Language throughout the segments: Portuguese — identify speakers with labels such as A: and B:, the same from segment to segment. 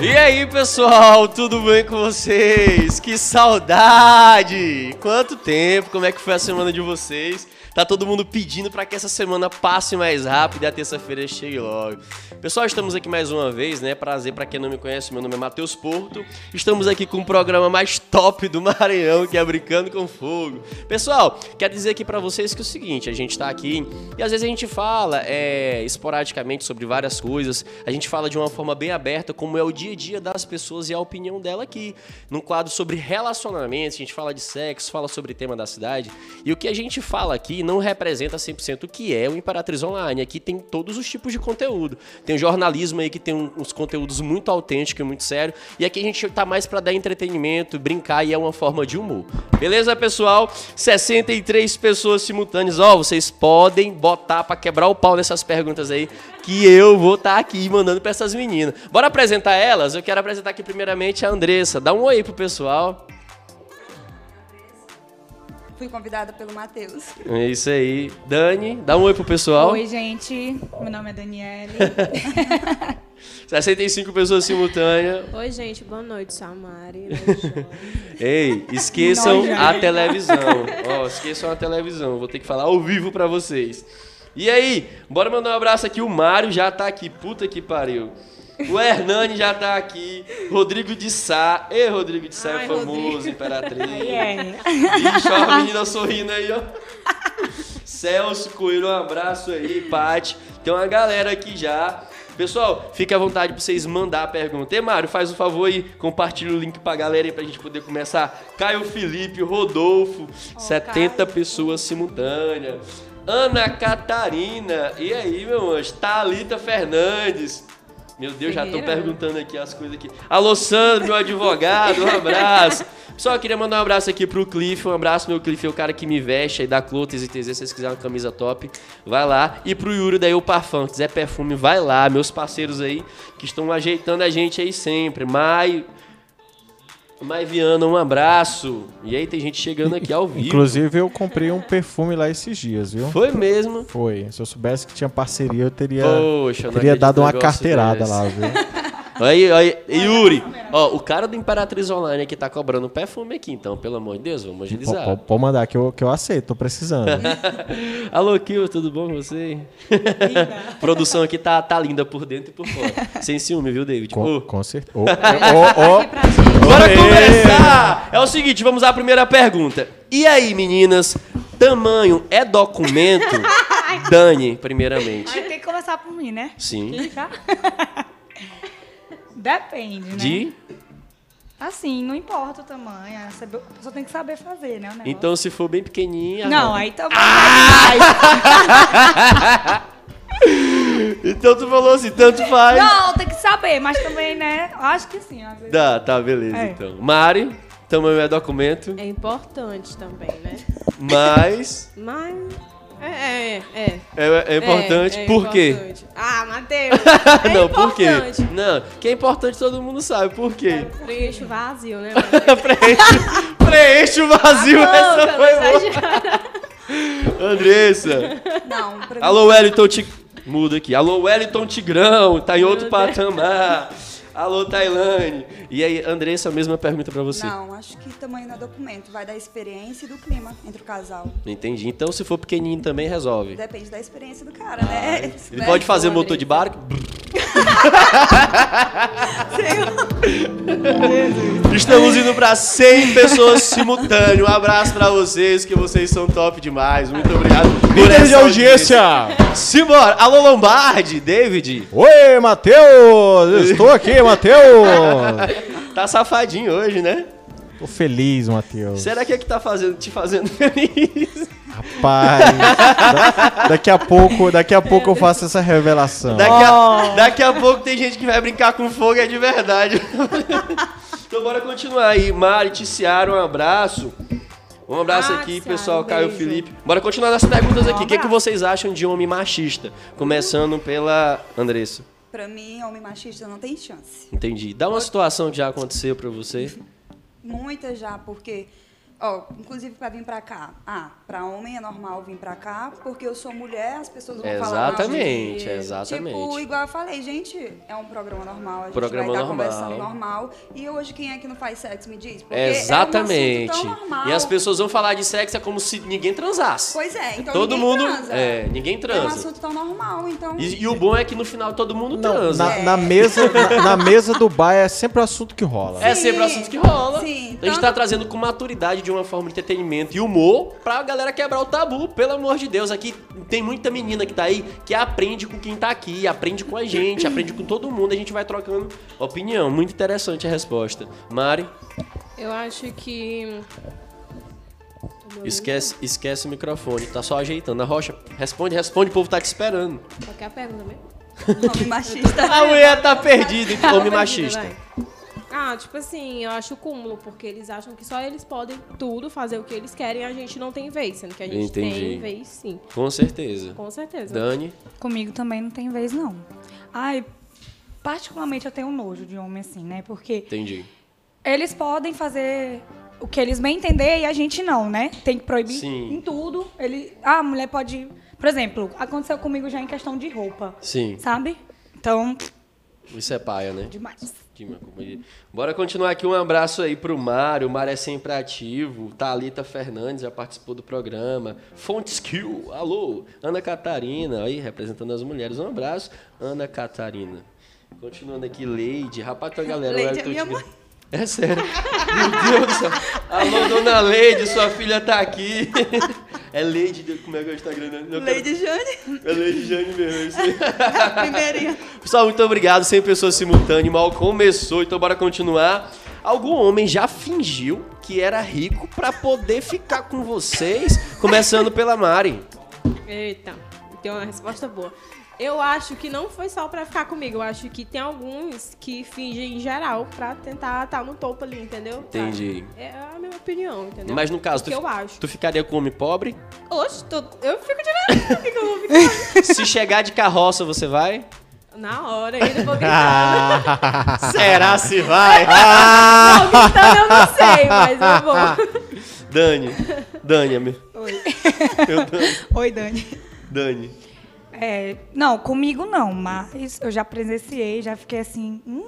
A: E aí, pessoal, tudo bem com vocês? Que saudade! Quanto tempo, como é que foi a semana de vocês? Tá todo mundo pedindo pra que essa semana passe mais rápido e a terça-feira chegue logo. Pessoal, estamos aqui mais uma vez, né? Prazer pra quem não me conhece, meu nome é Matheus Porto. Estamos aqui com o programa mais top do Maranhão, que é Brincando com Fogo. Pessoal, quero dizer aqui pra vocês que é o seguinte, a gente tá aqui e às vezes a gente fala é, esporadicamente sobre várias coisas, a gente fala de uma forma bem aberta como é o dia a dia das pessoas e a opinião dela aqui. Num quadro sobre relacionamentos, a gente fala de sexo, fala sobre tema da cidade. E o que a gente fala aqui não representa 100% o que é o Imperatriz Online. Aqui tem todos os tipos de conteúdo. Tem o jornalismo aí que tem um- uns conteúdos muito autênticos e muito sérios. E aqui a gente tá mais pra dar entretenimento, brincar e é uma forma de humor. Beleza, pessoal? 63 pessoas simultâneas. Ó, vocês podem botar pra quebrar o pau nessas perguntas aí que eu vou estar aqui mandando pra essas meninas. Bora apresentar elas? Eu quero apresentar aqui primeiramente a Andressa. Dá um oi pro pessoal.
B: Fui convidada pelo Matheus.
A: É isso aí. Dani, dá um oi pro pessoal.
C: Oi, gente. Meu nome é Daniele.
A: 65 pessoas simultâneas.
D: Oi, gente, boa noite, Samari.
A: Ei, esqueçam
C: Nojo.
A: a televisão. Ó, esqueçam a televisão. Vou ter que falar ao vivo pra vocês. E aí, bora mandar um abraço aqui. O Mário já tá aqui. Puta que pariu. O Hernani já tá aqui. Rodrigo de Sá. Ei, Rodrigo de Sá é
D: Ai,
A: famoso,
D: Rodrigo.
A: imperatriz.
C: É.
A: Ixi, ó, a menina sorrindo aí, ó. Celso Coelho, um abraço aí, Paty. Tem uma galera aqui já. Pessoal, fica à vontade pra vocês mandar a pergunta. E, Mário, faz um favor aí, compartilha o link pra galera aí pra gente poder começar. Caio Felipe, Rodolfo, 70 pessoas simultâneas. Ana Catarina, e aí, meu anjo? Thalita Fernandes. Meu Deus, já tô
D: Ferreira.
A: perguntando aqui as coisas aqui. Alô, Sandro, meu advogado, um abraço. Pessoal, eu queria mandar um abraço aqui pro Cliff, um abraço, meu Cliff é o cara que me veste aí da Clotes e TZ, se vocês quiserem uma camisa top, vai lá. E pro Yuri da Eu Parfum, quiser perfume, vai lá, meus parceiros aí que estão ajeitando a gente aí sempre. Mai, Mai Viana, um abraço. E aí tem gente chegando aqui ao vivo.
E: Inclusive, eu comprei um perfume lá esses dias, viu?
A: Foi mesmo.
E: Foi. Se eu soubesse que tinha parceria, eu teria,
A: Poxa, eu não
E: teria
A: acredito
E: dado
A: num
E: uma
A: negócio
E: carteirada
A: desse.
E: lá, viu?
A: Aí, aí, Yuri, ó, o cara do Imperatriz Online aqui tá cobrando perfume aqui, então, pelo amor de Deus, vamos agilizar.
E: Pô, pô, Pode mandar que eu, que eu aceito, tô precisando.
A: Alô, Kio, tudo bom com você? A produção aqui tá, tá linda por dentro e por fora. Sem ciúme, viu, David?
E: Com,
A: Ô,
E: com certeza. Ô, ô, ô,
C: Aqui pra gente.
A: Bora
E: Aê!
A: começar! É o seguinte, vamos à primeira pergunta. E aí, meninas, tamanho é documento? Dani, primeiramente.
C: Mas tem que começar por mim, né?
A: Sim.
C: Depende, né?
A: De?
C: Assim, não importa o tamanho. A sabe- a pessoa tem que saber fazer, né? o negócio.
A: Então, se for bem pequenininha...
C: Não, aí tá bom. Mas-
A: Então tu falou assim, tanto faz.
C: Não, tem que saber, mas também, né? Acho que sim, às vezes.
A: Tá, tá, beleza,
C: É.
A: então. Mari, tamanho é documento,
D: É importante também, né?
A: mas
D: Mas. É, é, é.
A: é, é importante.
D: É, é
A: por quê?
D: importante. Ah, Matheus! É
A: não, por quê?
D: importante.
A: Não, que é importante todo mundo sabe, por quê?
D: Preenche o vazio, né?
A: preenche, preenche o vazio, essa
D: Tá Não,
A: foi boa.
D: não exagera.
A: Andressa.
B: Não, pra mim-
A: Alô, Wellington Ti... Muda aqui. Alô, Wellington Tigrão, tá em outro patamar. Alô, Tailane. E aí, Andressa, a mesma pergunta pra você.
B: não, acho que tamanho não é documento. Vai da experiência e do clima entre o casal.
A: Entendi. Então, se for pequenininho também, resolve.
B: Depende da experiência do cara, né? Isso,
A: Ele
B: né?
A: pode fazer
D: Boa,
A: motor de barco? Estamos indo para 100 pessoas simultâneo. Um abraço para vocês, que vocês são top demais. Muito obrigado por
E: Líder de
A: essa
E: audiência!
A: Simbora. Alô, Lombardi, David.
E: Oi, Matheus! Estou aqui, Matheus!
A: Tá safadinho hoje, né?
E: Tô feliz, Matheus.
A: Será que é que tá fazendo, te fazendo feliz?
E: Rapaz, da- daqui a pouco, daqui a pouco eu faço essa revelação.
A: Daqui
E: Oh.
A: a, daqui a pouco tem gente que vai brincar com fogo, é de verdade. então bora continuar aí. Mari, Ticiara, um abraço. Um abraço
D: Ah,
A: aqui,
D: Ticiara,
A: pessoal,
D: um
A: Caio
D: beijo.
A: Felipe. Bora continuar nas perguntas aqui. O que, que
C: abraço.
A: vocês acham de homem machista? Começando pela Andressa.
B: Pra mim, homem machista não tem chance.
A: Entendi. Dá uma situação que já aconteceu pra você.
B: Muita já, porque Ó, inclusive pra vir pra cá. Ah, pra homem é normal vir pra cá, porque eu sou mulher, as pessoas vão falar mal de mim.
A: Exatamente, exatamente.
B: Tipo, igual eu falei, gente, é um programa normal, a gente
A: Programa
B: vai estar
A: normal.
B: conversando normal. E hoje quem é que não faz sexo, me diz? Porque
A: Exatamente.
B: É um assunto tão normal.
A: e as pessoas vão falar de sexo é como se ninguém transasse.
B: Pois é, então
A: Todo
B: ninguém
A: mundo.
B: transa.
A: É, ninguém
B: É um
A: transa.
B: assunto tão normal, então.
A: e, e o bom é que no final todo mundo
E: Não,
A: transa.
E: na, na mesa, na, na mesa do bar é sempre o assunto que rola.
A: É
B: Sim,
A: sempre o assunto que rola.
B: sim.
D: então
A: a gente tá trazendo com maturidade de uma forma de entretenimento e humor pra galera quebrar o tabu, pelo amor de Deus. Aqui tem muita menina que tá aí que aprende com quem tá aqui, aprende com a gente, aprende com todo mundo. A gente vai trocando opinião. Muito interessante a resposta. Mari,
D: Eu acho que.
A: esquece, esquece o microfone, tá só ajeitando a rocha. Responde, responde, o povo tá te esperando.
D: Qualquer é pergunta mesmo?
B: Homem machista.
A: A mulher tá perdida,
D: Tá
A: homem
D: perdida,
A: machista.
D: vai. Ah, tipo assim, eu acho o cúmulo, porque eles acham que só eles podem tudo, fazer o que eles querem, a gente não tem vez, sendo que a gente
A: Entendi.
D: tem vez sim,
A: Com certeza.
D: com certeza.
A: Dani,
C: Comigo também não tem vez, não. Ai, particularmente eu tenho nojo de homem assim, né? Porque
A: entendi.
C: eles podem fazer o que eles bem entender e a gente não, né? Tem que proibir
A: Sim.
C: em tudo. Ele, ah, a mulher pode. Por exemplo, aconteceu comigo já em questão de roupa,
A: Sim,
C: sabe? Então,
A: isso é paia, né?
C: demais.
A: Que minha companhia. Bora continuar aqui. Um abraço aí pro Mário. O Mário é sempre ativo. Thalita Fernandes já participou do programa. Fonteskill, alô. Ana Catarina, aí representando as mulheres. Um abraço, Ana Catarina. Continuando aqui, Leide. Rapaz, tua galera.
B: Leide
A: olha
B: é
A: que eu
B: minha
A: te- É sério. Meu Deus do céu. Alô, dona Leide, sua filha tá aqui. É Leide, como é que é o Instagram? né? Eu quero-
B: Lady Jane,
A: É Leide Jane mesmo. isso.
B: primeirinha.
A: Pessoal, muito obrigado. 100 pessoas simultâneas. Mal começou, então bora continuar. Algum homem já fingiu que era rico pra poder ficar com vocês? Começando pela Mari.
D: Eita, tem uma resposta boa. Eu acho que não foi só pra ficar comigo, eu acho que tem alguns que fingem em geral pra tentar estar no topo ali, entendeu?
A: Entendi.
D: É a minha opinião, entendeu?
A: Mas no caso, tu,
D: Que eu acho.
A: tu ficaria com um homem pobre?
D: Oxe, tô- eu fico direto, por que que eu vou ficar?
A: Se chegar de carroça, você vai?
D: Na hora, ainda vou gritar.
A: Será se vai? Ah!
D: Não,
C: então
D: gritando eu não sei, mas eu vou.
A: Dani. Dani, amigo.
C: Oi.
A: Eu, Dani.
C: Oi, Dani.
A: Dani.
C: É, não, comigo não, mas eu já presenciei, já fiquei assim, hum,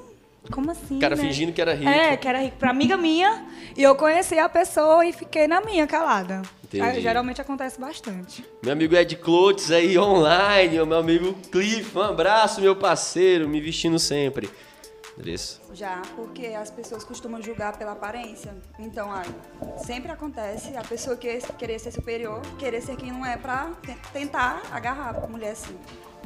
C: como assim?
A: O cara
C: né?
A: fingindo que era rico.
C: É, que era rico pra amiga minha, e eu conheci a pessoa e fiquei na minha calada.
A: Entendi.
C: Ah, geralmente acontece bastante.
A: Meu amigo Ed Clotes aí online, o meu amigo Cliff, um abraço, meu parceiro, me vestindo sempre. Andressa.
B: Já, porque as pessoas costumam julgar pela aparência. Então, ai, sempre acontece a pessoa que querer ser superior, querer ser quem não é pra te- tentar agarrar a mulher assim.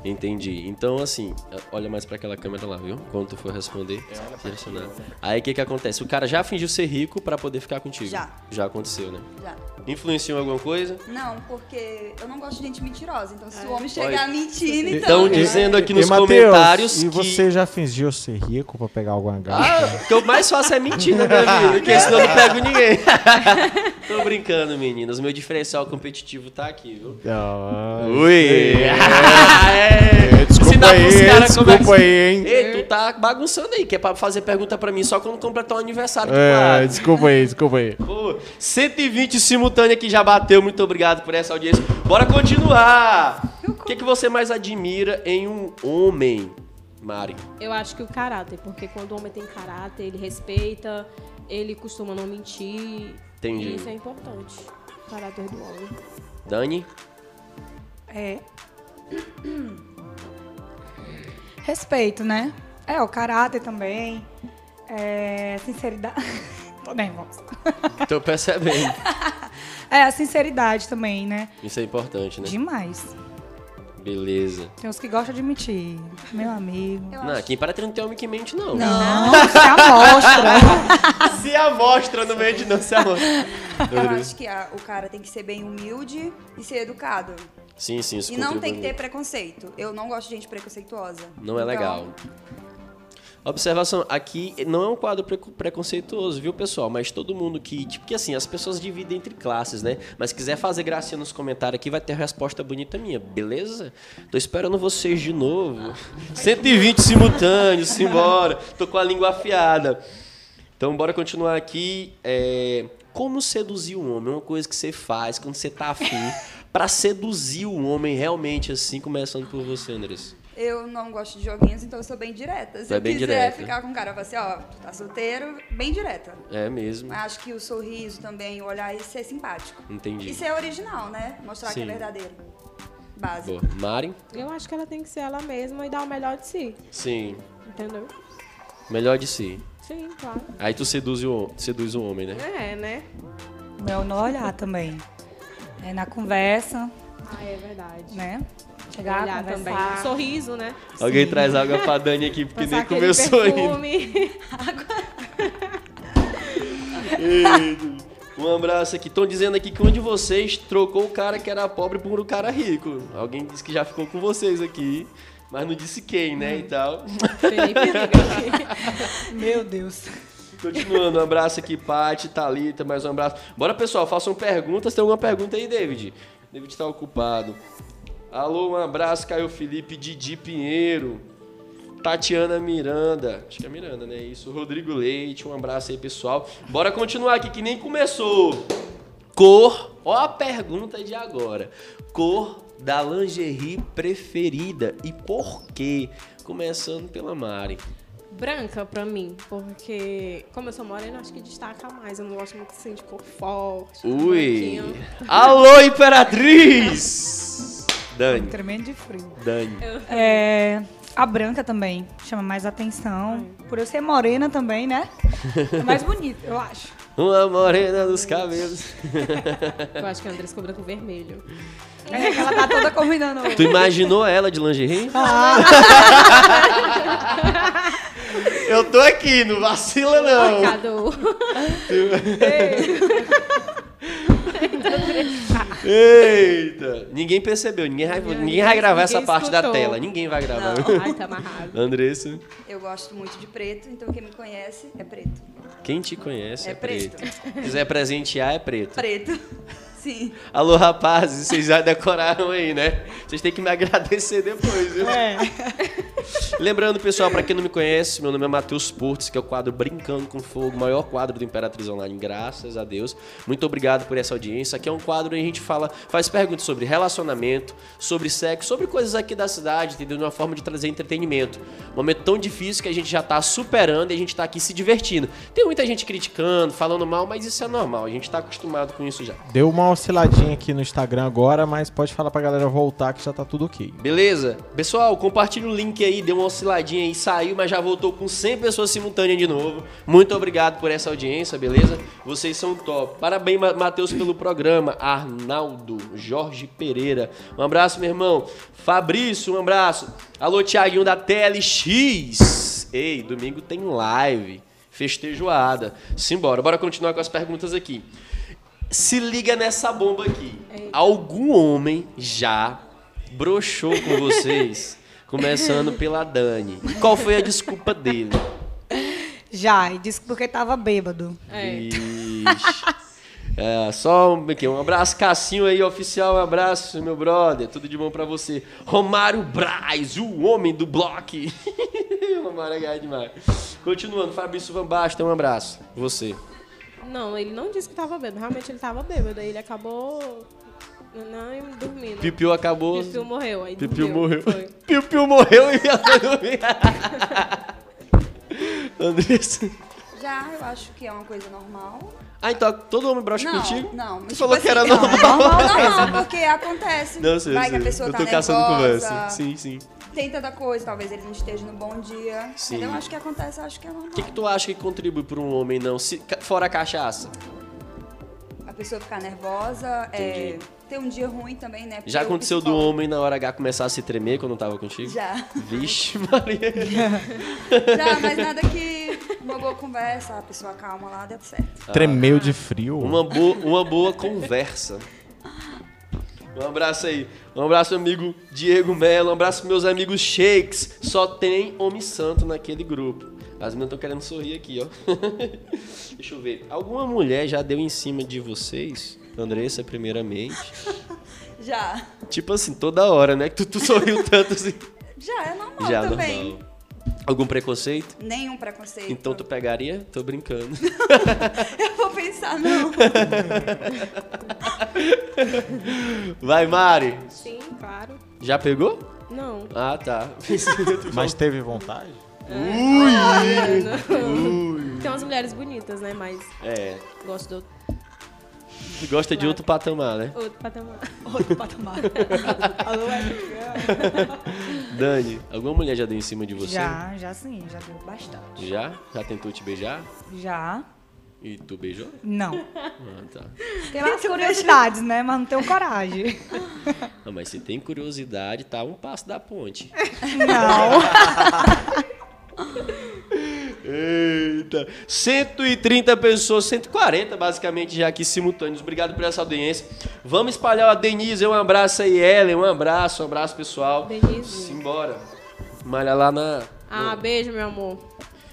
A: Entendi. Então, assim, olha mais pra aquela câmera lá, viu? Quando tu for responder, direcionar. Aí o que que acontece? O cara já fingiu ser rico pra poder ficar contigo.
B: Já.
A: Já aconteceu, né?
B: Já.
A: Influenciou em alguma coisa?
B: Não, porque eu não gosto de gente mentirosa. Então, se o homem chegar mentindo, então.
A: Então, dizendo aqui
E: E,
A: nos
E: Mateus,
A: comentários
E: E
A: que...
E: você já fingiu ser rico pra pegar alguma gata?
A: Ah, o que eu mais faço é mentir na minha vida, porque senão eu não pego ninguém. Tô brincando, meninas. Meu diferencial competitivo tá aqui, viu?
E: Ah,
A: Ui!
E: é, desculpa
A: Ensinar pros
E: aí,
A: cara como é que-
E: desculpa aí, hein?
A: Ei, tu tá bagunçando aí, que é pra fazer pergunta pra mim só quando completar o aniversário do
E: É,
A: quadro.
E: desculpa aí, desculpa aí.
A: Pô, 120 simultânea que já bateu, muito obrigado por essa audiência. Bora continuar! O que, que você mais admira em um homem, Mari?
D: Eu acho que o caráter, porque quando o homem tem caráter, ele respeita, ele costuma não mentir.
A: Entendi.
D: E isso é importante. O caráter do homem.
A: Dani?
C: É. Respeito, né? É, o caráter também. É, sinceridade. Tô nervosa.
A: Tô percebendo.
C: É, a sinceridade também, né?
A: Isso é importante, né?
C: Demais.
A: Beleza.
C: Tem uns que gostam de mentir. Meu amigo.
A: Não, aqui em Paraty não tem homem que mente, não.
C: Não, é você amostra.
A: Se amostra no meio de não se amostra.
B: Eu acho que a- o cara tem que ser bem humilde e ser educado.
A: Sim, sim, isso
B: E não tem que
A: contribui.
B: ter preconceito. Eu não gosto de gente preconceituosa.
A: Não é
B: Então,
A: legal. Observação, aqui não é um quadro preco- preconceituoso, viu, pessoal? Mas todo mundo que, tipo, que assim, as pessoas dividem entre classes, né? Mas quiser fazer gracinha nos comentários aqui, vai ter resposta bonita minha, beleza? Tô esperando vocês de novo. 120 simultâneos, simbora. Tô com a língua afiada. Então, bora continuar aqui. É, Como seduzir um homem? É uma coisa que você faz quando você tá afim pra seduzir o homem realmente, assim, começando por você, Andressa.
B: Eu não gosto de joguinhos, então eu sou bem direta. Se
A: Tu é
B: eu
A: bem
B: quiser
A: direta.
B: ficar com o cara, eu falo assim, ó, tu tá solteiro, bem direta.
A: É mesmo.
B: Acho que o sorriso também, o olhar e ser simpático.
A: Entendi.
B: E ser original, né? Mostrar que
A: Sim.
B: é verdadeiro. Básico.
A: Boa. Mari?
D: Eu acho que ela tem que ser ela mesma e dar o melhor de si,
A: Sim.
D: entendeu?
A: Melhor de si.
D: Sim, claro.
A: Aí tu seduz o, seduz o homem, né?
D: É, né?
C: Meu no olhar também. É na conversa,
D: Ah, é verdade.
C: né? Chegar,
D: Olhar também.
C: conversar.
D: Sorriso, né?
A: Alguém
C: Sim.
A: traz água pra Dani aqui, porque
D: Passar
A: nem
D: aquele
A: começou ainda.
D: perfume.
A: Eita. Um abraço aqui. Estão dizendo aqui que um de vocês trocou o cara que era pobre por um cara rico. Alguém disse que já ficou com vocês aqui, mas não disse quem, né? E tal.
D: Felipe, liga aqui.
C: Meu Deus.
A: Continuando, um abraço aqui, Paty, Thalita, mais um abraço. Bora, pessoal, façam perguntas. Tem alguma pergunta aí, David? David tá ocupado. Alô, um abraço, Caio Felipe, Didi Pinheiro, Tatiana Miranda. Acho que é Miranda, né? Isso, Rodrigo Leite, um abraço aí, pessoal. Bora continuar aqui, que nem começou. Cor, ó a pergunta de agora. Cor da lingerie preferida e por quê? Começando pela Mari.
D: Branca pra mim, porque como eu sou morena, acho que destaca mais. Eu não gosto muito assim de cor forte.
A: Ui!
D: branquinho.
A: Alô, Imperatriz! Dani,
C: Tremendo de frio.
A: Dani.
C: É, a branca também chama mais atenção. Por eu ser morena também, né? É mais bonita, eu acho.
A: Uma morena dos cabelos.
D: Eu acho que a Andressa ficou branco vermelho.
C: É, ela tá toda combinando.
A: Tu imaginou ela de lingerie? Eu tô aqui, não vacila não.
D: Cadu.
A: Eita! Ninguém percebeu, ninguém vai, ninguém vai gravar essa
D: Ninguém
A: parte da
D: escutou.
A: tela. Ninguém vai gravar.
D: Ai, tá amarrado.
A: Andressa,
B: Eu gosto muito de preto, então quem me conhece é preto.
A: quem te conhece é,
B: É
A: preto.
B: preto.
A: Quiser presentear, é preto.
B: Preto. Sim.
A: Alô, rapazes, vocês já decoraram aí, né? Vocês têm que me agradecer depois,
C: É.
A: viu? Lembrando, pessoal, pra quem não me conhece, meu nome é Matheus Portes, que é o quadro Brincando com Fogo, o maior quadro do Imperatriz Online, graças a Deus. Muito obrigado por essa audiência. Aqui é um quadro onde a gente fala, faz perguntas sobre relacionamento, sobre sexo, sobre coisas aqui da cidade, entendeu? De uma forma de trazer entretenimento. Um momento tão difícil que a gente já tá superando e a gente tá aqui se divertindo. Tem muita gente criticando, falando mal, mas isso é normal, a gente tá acostumado com isso já.
E: Deu uma osciladinha aqui no Instagram agora, mas pode falar pra galera voltar que já tá tudo ok.
A: Beleza? Pessoal, compartilha o link aí, deu uma osciladinha aí, saiu, mas já voltou com 100 pessoas simultâneas de novo. Muito obrigado por essa audiência, beleza? Vocês são top. Parabéns, Ma- Matheus, pelo programa. Arnaldo Jorge Pereira. Um abraço, meu irmão. Fabrício, um abraço. Alô, Tiaguinho da TLX. Ei, domingo tem live. Festejoada. Simbora, bora continuar com as perguntas aqui. Se liga nessa bomba aqui. Algum homem já broxou com vocês? Começando pela Dani. Qual foi a desculpa dele?
C: Já, e disse porque tava bêbado.
D: É.
A: Vixe. É, só um, aqui, um abraço, Cassinho aí, oficial. Um abraço, meu brother. Tudo de bom pra você. Romário Braz, o homem do bloco. Romário é gado demais. Continuando, Fabrício Van Basten, um abraço. Você.
D: É. Não, ele não disse que tava bêbado. Realmente ele tava bêbado. Aí ele acabou não dormindo.
A: Pipiu acabou.
D: Pipiu morreu. Aí
A: Piu-piu morreu.
D: dormiu. Foi.
A: Piu-piu morreu e minha mãe não me- Andressa.
B: Já eu acho que é uma coisa normal.
A: Ah, então todo homem brocha
B: não,
A: contigo?
B: não. mas
A: Tu
B: tipo
A: falou que
B: assim,
A: era
B: não,
A: normal.
B: Não, não, porque acontece.
A: Não, sei,
B: Vai
A: sei.
B: que a pessoa
A: Eu
B: tá
A: tô caçando
B: nervosa,
A: conversa. Sim, sim.
B: Tem tanta coisa, talvez ele não esteja no bom dia.
A: Sim.
B: Então eu acho que acontece, eu acho que é normal.
A: O que, que tu acha que contribui pra um homem não, se- ca- fora a cachaça?
B: A pessoa ficar nervosa, é,
A: Entendi.
B: ter um dia ruim também, né? Porque
A: Já
B: o
A: aconteceu do
B: psicólogo-
A: homem na hora H começar a se tremer quando tava contigo?
B: Já.
A: Vixe, Maria.
B: Já, mas nada que uma boa conversa, a pessoa calma lá, deu certo.
E: Tremeu de frio.
A: Ah. Uma boa, uma boa conversa. Um abraço aí. Um abraço, meu amigo Diego Mello. Um abraço, pros meus amigos Shakes. Só tem homem santo naquele grupo. As meninas estão querendo sorrir aqui, ó. Deixa eu ver. Alguma mulher já deu em cima de vocês? Andressa, primeiramente.
B: Já.
A: Tipo assim, toda hora, né? Que tu, tu sorriu tanto assim.
B: Já, é normal
A: já,
B: também.
A: normal. Algum preconceito?
B: Nenhum preconceito.
A: Então tu pegaria? Tô brincando.
B: Eu vou pensar, não.
A: Vai, Mari.
D: Sim, claro.
A: Já pegou?
D: Não.
A: Ah, tá.
E: Mas teve vontade?
D: Tem umas mulheres bonitas, né? Mas
A: É.
D: gosto do outro-
A: Tu gosta de outro patamar, né?
D: outro patamar.
C: Outro patamar. Alô, é.
A: Dani, alguma mulher já deu em cima de você?
C: Já, já sim, já deu bastante.
A: Já? Já tentou te beijar?
C: Já?
A: E tu beijou?
C: Não.
A: Ah, tá.
C: Tem umas curiosidades, né? Mas não tenho coragem.
A: Ah, mas se tem curiosidade, tá um passo da ponte.
C: Não.
A: Eita! 130 pessoas, 140 basicamente já aqui simultâneos. Obrigado por essa audiência. Vamos espalhar a Denise, um abraço aí, Ellen, um abraço, um abraço pessoal.
D: Denise.
A: Simbora. Malha lá na.
D: Ah, beijo, meu amor.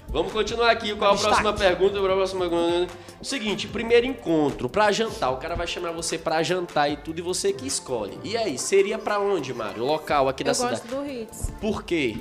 A: Vamos continuar aqui. Qual a próxima pergunta? Qual a próxima pergunta? Seguinte, primeiro encontro, pra jantar. O cara vai chamar você pra jantar e tudo, e você que escolhe. E aí, seria pra onde, Mário? O local aqui da
D: Eu
A: cidade.
D: gosto do Hits.
A: Por quê?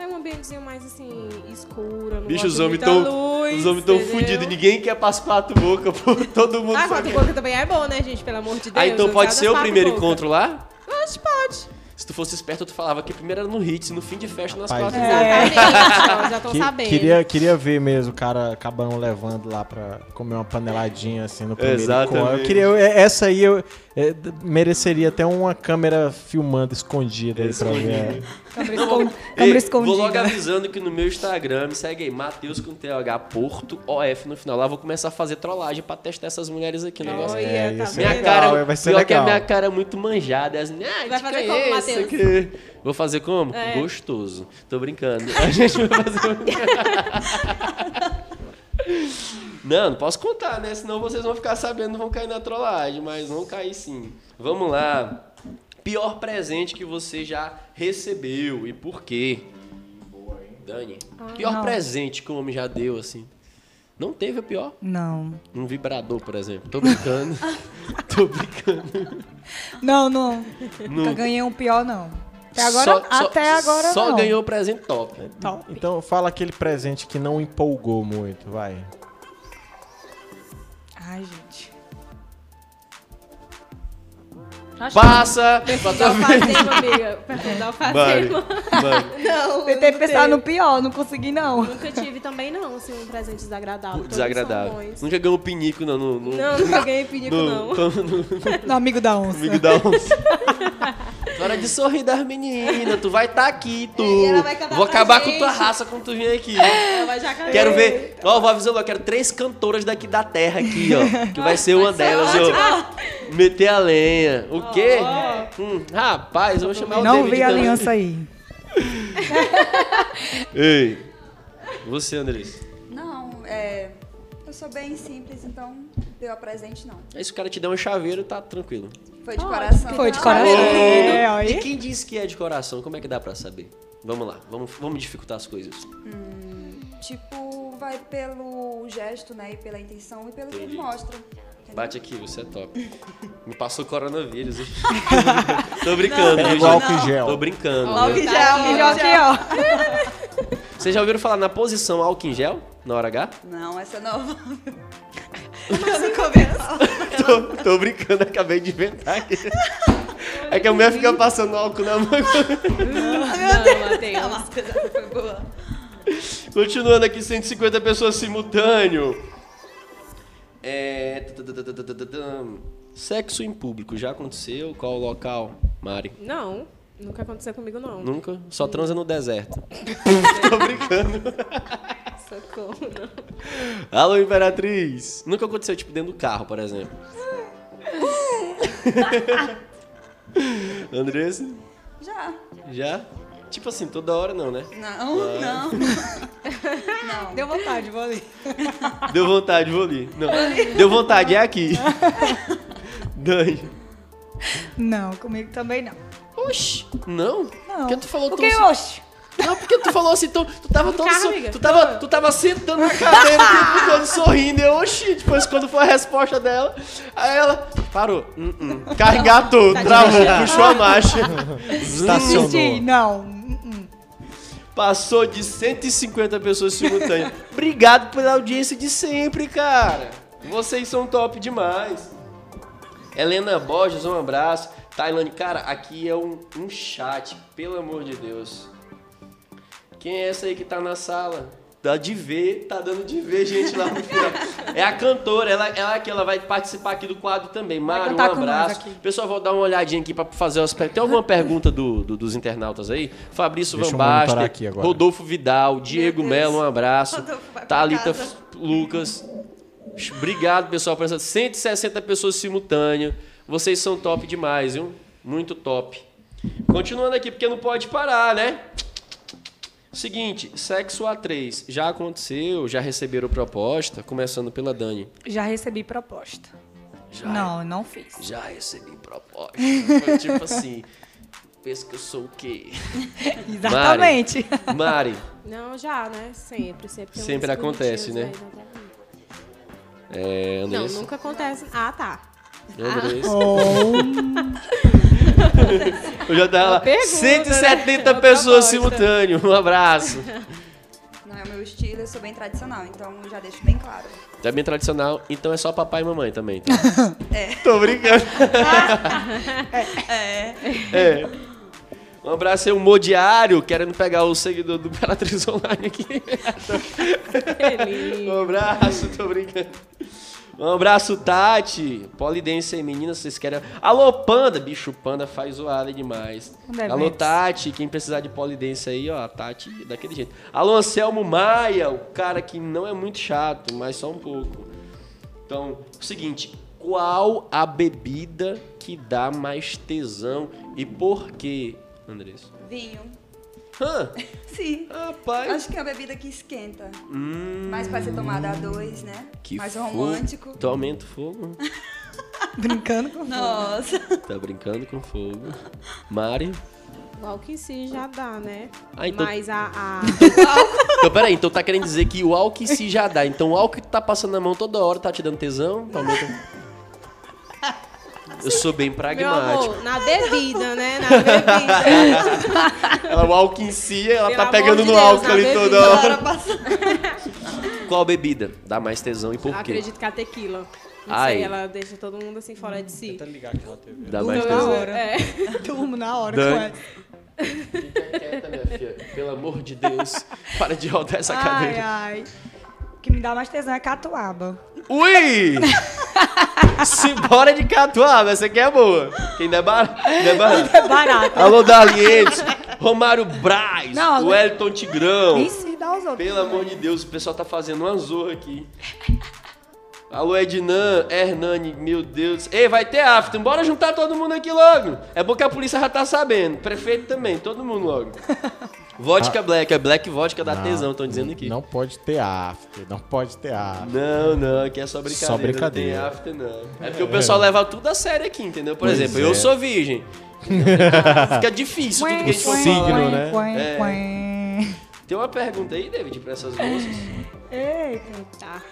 D: É um ambientezinho mais assim, escuro. eu Não
A: Bicho,
D: gosto
A: os
D: de
A: homens
D: muita
A: tão.
D: luz,
A: os homens tão
D: entendeu?
A: fudidos. Ninguém quer pras quatro bocas, pô. Todo mundo.
D: Ah,
A: só
D: quatro
A: quer-
D: boca também é bom, né, gente? Pelo amor de Deus.
A: ah, então
D: eu
A: pode
D: gosto
A: ser
D: das
A: o
D: quatro
A: primeiro
D: boca.
A: encontro lá?
D: Acho que pode.
A: Se tu fosse esperto, tu falava que primeiro era no Hits, no fim de festa, nas
E: Rapaz,
A: quatro.
E: é.
D: Exatamente, ó, Tá, já estão
E: Que-
D: sabendo.
E: queria, queria ver mesmo o cara acabando levando lá pra comer uma paneladinha assim no primeiro
A: Exatamente.
E: encontro. Eu queria, eu- essa aí eu é, d- mereceria até uma câmera filmando escondida aí pra ver. é.
C: Câmera
A: Não, vou-
C: escon-
A: Ei,
C: câmera escondida.
A: Vou logo avisando que no meu Instagram, me segue aí, Matheus com TH Porto OF no final. Lá eu vou começar a fazer trollagem pra testar essas mulheres aqui no negócio.
D: Olha,
E: É,
D: tá
E: isso
D: vendo?
A: Minha
E: legal,
A: cara,
E: vai ser
A: pior que a
E: legal.
A: minha cara é muito manjada. As, ah,
D: Vai
A: te
D: fazer como,
A: conheço,
D: Matheus?
A: que- Vou fazer como?
D: É.
A: Gostoso. Tô brincando. A gente vai fazer. um- Não, não posso contar, né? Senão vocês vão ficar sabendo, vão cair na trollagem, mas vão cair sim. Vamos lá. Pior presente que você já recebeu e por quê? Dani,
D: Ah,
A: pior
C: não.
A: presente que o homem já deu, assim. Não teve o pior?
C: Não.
A: Um vibrador, por exemplo. Tô brincando. Tô brincando.
C: Não, não. Nunca ganhei um pior, não. Até agora,
A: Só- só-
C: até agora
A: Só
C: não.
A: ganhou presente top. né?
C: Top.
E: Então fala aquele presente que não empolgou muito, vai.
C: Ai, gente.
A: Passa!
D: Perfil da Alfazema,
E: tá
D: amiga. Perfil da Alfazema. Não,
C: Tentei
D: não
C: pensar
D: teve.
C: no pior, não consegui, não.
D: Nunca tive também, não, assim, um presente desagradável. Todos são
A: Desagradável.
D: bons.
A: Nunca ganhou pinico, não. No, no,
D: Não, nunca ganhei pinico, não.
C: No amigo da onça.
A: Amigo da onça. Hora de sorrir das meninas. Tu vai estar aqui, tu.
D: E ela vai cantar
A: Vou
D: pra
A: acabar com
D: gente.
A: tua raça quando tu vir aqui.
D: Ela já caiu.
A: Quero ver. Ó, vou avisando, ó, quero três cantoras daqui da terra aqui, ó. Que vai ser uma delas, ó. Meter a lenha. O quê? Hum, rapaz, eu vou chamar o
C: Não
A: David
C: vi a
A: também.
C: aliança aí.
A: Ei. Você, Andrés.
B: Não, é. Eu sou bem simples, então deu a presente, não.
A: Aí se o cara te der um chaveiro, tá tranquilo.
B: Foi de coração.
C: Ah,
B: Ah,
C: Foi de coração. É, ó,
A: E
C: aí.
A: quem disse que é de coração? Como é que dá pra saber? Vamos lá, vamos, vamos dificultar as coisas.
B: Tipo, vai pelo gesto, né? E pela intenção e pelo que ele
A: Entendi.
B: mostra. entendeu?
A: Bate aqui, você é top. Me passou coronavírus, hein? Tô brincando,
E: É
A: viu,
E: igual
A: gente?
E: que
A: Tô
E: gel.
A: brincando.
D: Ó,
A: viu?
D: que já, ó,
C: Melhor
D: que
C: Tá aqui, ó.
A: Vocês já ouviram falar na posição álcool em gel? Na hora H?
B: Não, essa é nova.
A: Tô, tô brincando, acabei de inventar aqui. É que a mulher fica passando álcool na mão.
D: Não, Matheus.
A: Continuando aqui, 150 pessoas simultâneo. É. tã, tã, tã, tã, tã, tã, tã. Sexo em público, já aconteceu? Qual o local, Mari?
D: Não, nunca aconteceu comigo, não.
A: Nunca? Só transa no deserto.
D: Socorro, não.
A: Alô, Imperatriz! Nunca aconteceu, tipo, dentro do carro, por exemplo. Andressa?
B: Já.
A: Já? Tipo assim, toda hora não, né?
B: Não, não. Não.
C: Deu vontade, vou ali.
A: Deu vontade, vou ali. Não. Deu vontade, é aqui. Dani.
C: Não, comigo também não.
A: Oxi, não?
C: Não.
A: Porque tu falou
C: Porque,
A: tão... assim?
C: oxe,
A: Não, porque tu falou assim, tu, tu tava todo
D: Cara,
A: so-
D: amiga.
A: tu tava Tu tava sentando na cadeira o tempo todo sorrindo. E eu, oxi, depois quando foi a resposta dela, aí ela parou. Hum, hum. Cargatou, travou, puxou a marcha. Zum.
E: Estacionou.
C: desisti, não. Hum, hum.
A: Passou de 150 pessoas simultâneas. Obrigado pela audiência de sempre, cara. Vocês são top demais. Helena Borges, um abraço. Tailândia, cara, aqui é um, um chat, pelo amor de Deus. Quem é essa aí que tá na sala? Dá de ver, tá dando de ver, gente, lá no final. É a cantora, ela, ela que ela vai participar aqui do quadro também. Mário, um
C: cantar com nós
A: abraço.
C: aqui.
A: Pessoal, vou dar uma olhadinha aqui pra fazer umas perguntas. Tem alguma pergunta do- do- dos internautas aí? Fabrício
E: Deixa
A: Van
E: eu monitorar
A: Basten,
E: aqui agora.
A: Rodolfo Vidal, Diego
B: Deus.
A: Melo, um abraço.
B: Rodolfo, vai pra
A: Thalita
B: casa.
A: Lucas. Obrigado, pessoal, por essas 160 pessoas simultâneas. Vocês são top demais, viu? Muito top. Continuando aqui, porque não pode parar, né? Seguinte, sexo A3. Já aconteceu? Já receberam proposta? Começando pela Dani.
C: Já recebi proposta.
A: Já,
C: Não, não fiz.
A: já recebi proposta. Foi tipo assim, pensa que eu sou o quê?
C: Exatamente.
A: Mari,
D: Não, já, né? Sempre, sempre. tem uns
A: Sempre acontece, né?
D: bonitinhos aí, né?
A: é,
D: Não,
A: Andressa,
D: nunca acontece. Ah, tá.
B: Ah,
A: Andressa.
E: Oh,
A: Eu já tava lá,
D: pergunta, né?
A: 170
D: Uma
A: pessoas
D: proposta.
A: simultâneo. Um abraço.
B: Não é o meu estilo, eu sou bem tradicional, então eu já deixo bem claro.
A: É bem tradicional, então é só papai e mamãe também. Então. É. Tô brincando. é. Um abraço aí, o Modiário, querendo pegar o seguidor do Imperatriz Online aqui.
D: Feliz.
A: Um abraço, tô brincando. Um abraço, Tati. Polidência aí, meninas, vocês querem. Alô, Panda! Bicho, o Panda faz zoada demais.
C: Panda é
A: Alô,
C: Vex.
A: Tati. Quem precisar de polidência aí, ó, a Tati é daquele jeito. Alô, Anselmo Maia, o cara que não é muito chato, mas só um pouco. Então, o seguinte. Qual a bebida que dá mais tesão e por quê, Andressa?
B: Vinho.
A: Hã?
B: Sim.
A: Rapaz.
B: Acho que é uma bebida que esquenta.
A: Hum,
B: Mais pra ser tomada a dois, né?
A: que
B: Mais
A: fogo.
B: romântico.
A: Tu aumenta o fogo?
C: Brincando com
B: Nossa.
A: Tá brincando com fogo. Mari.
D: O álcool em si já dá, né?
A: Ah, então-
D: Mas a. a-
A: Então, peraí, então tá querendo dizer que o álcool em si já dá. Então o álcool que tá passando na mão toda hora tá te dando tesão? Tá aumentando. Eu sou bem
D: Meu
A: pragmático.
D: amor, na bebida, né? Na bebida.
A: Ela, o álcool em si, ela
D: Pelo
A: tá
D: amor
A: pegando
D: de
A: no
D: Deus,
A: álcool
D: na
A: ali
D: bebida.
A: toda hora.
B: Bora passar.
A: Qual bebida dá mais tesão e por quê?
D: Acredito que a tequila. Não
A: Ai.
D: sei, ela deixa todo mundo assim fora de si.
E: ligar aqui na TV.
A: Dá mais
D: Então,
A: tesão.
C: hora.
D: É.
C: Durmo na hora
A: Dani.
C: com essa.
A: Fica quieta, minha filha. Pelo amor de Deus. Para de rodar essa
C: Ai,
A: cadeira.
C: ai. O que me dá mais tesão é catuaba.
A: Ui! Simbora de catuaba, essa aqui é boa. Quem der bar... der bar...
C: É barato.
A: Alô, Dalientes, Romário Braz,
C: Não,
A: o Elton Tigrão.
C: Nem se dá os outros.
A: Pelo amor de Deus, o pessoal tá fazendo uma zorra aqui. Alô, Ednan, Hernani, meu Deus. Ei, vai ter after, bora juntar todo mundo aqui logo. É bom que a polícia já tá sabendo, prefeito também, todo mundo logo. Vodka Black, é Black Vodka da tesão, estão dizendo aqui.
E: Ah. Não pode ter after, não pode ter after.
A: Não, não, aqui é só brincadeira.
E: Só brincadeira.
A: Não tem after, não. É porque o pessoal leva tudo a sério aqui, entendeu? Por
E: Pois
A: exemplo,
E: é.
A: eu sou virgem. Então, Fica difícil tudo que a gente for
E: Ué,
A: falar.
E: signo, né?
A: É.
C: né?
A: Tem uma pergunta aí, David, pra essas
C: É.
A: moças?
D: Tá.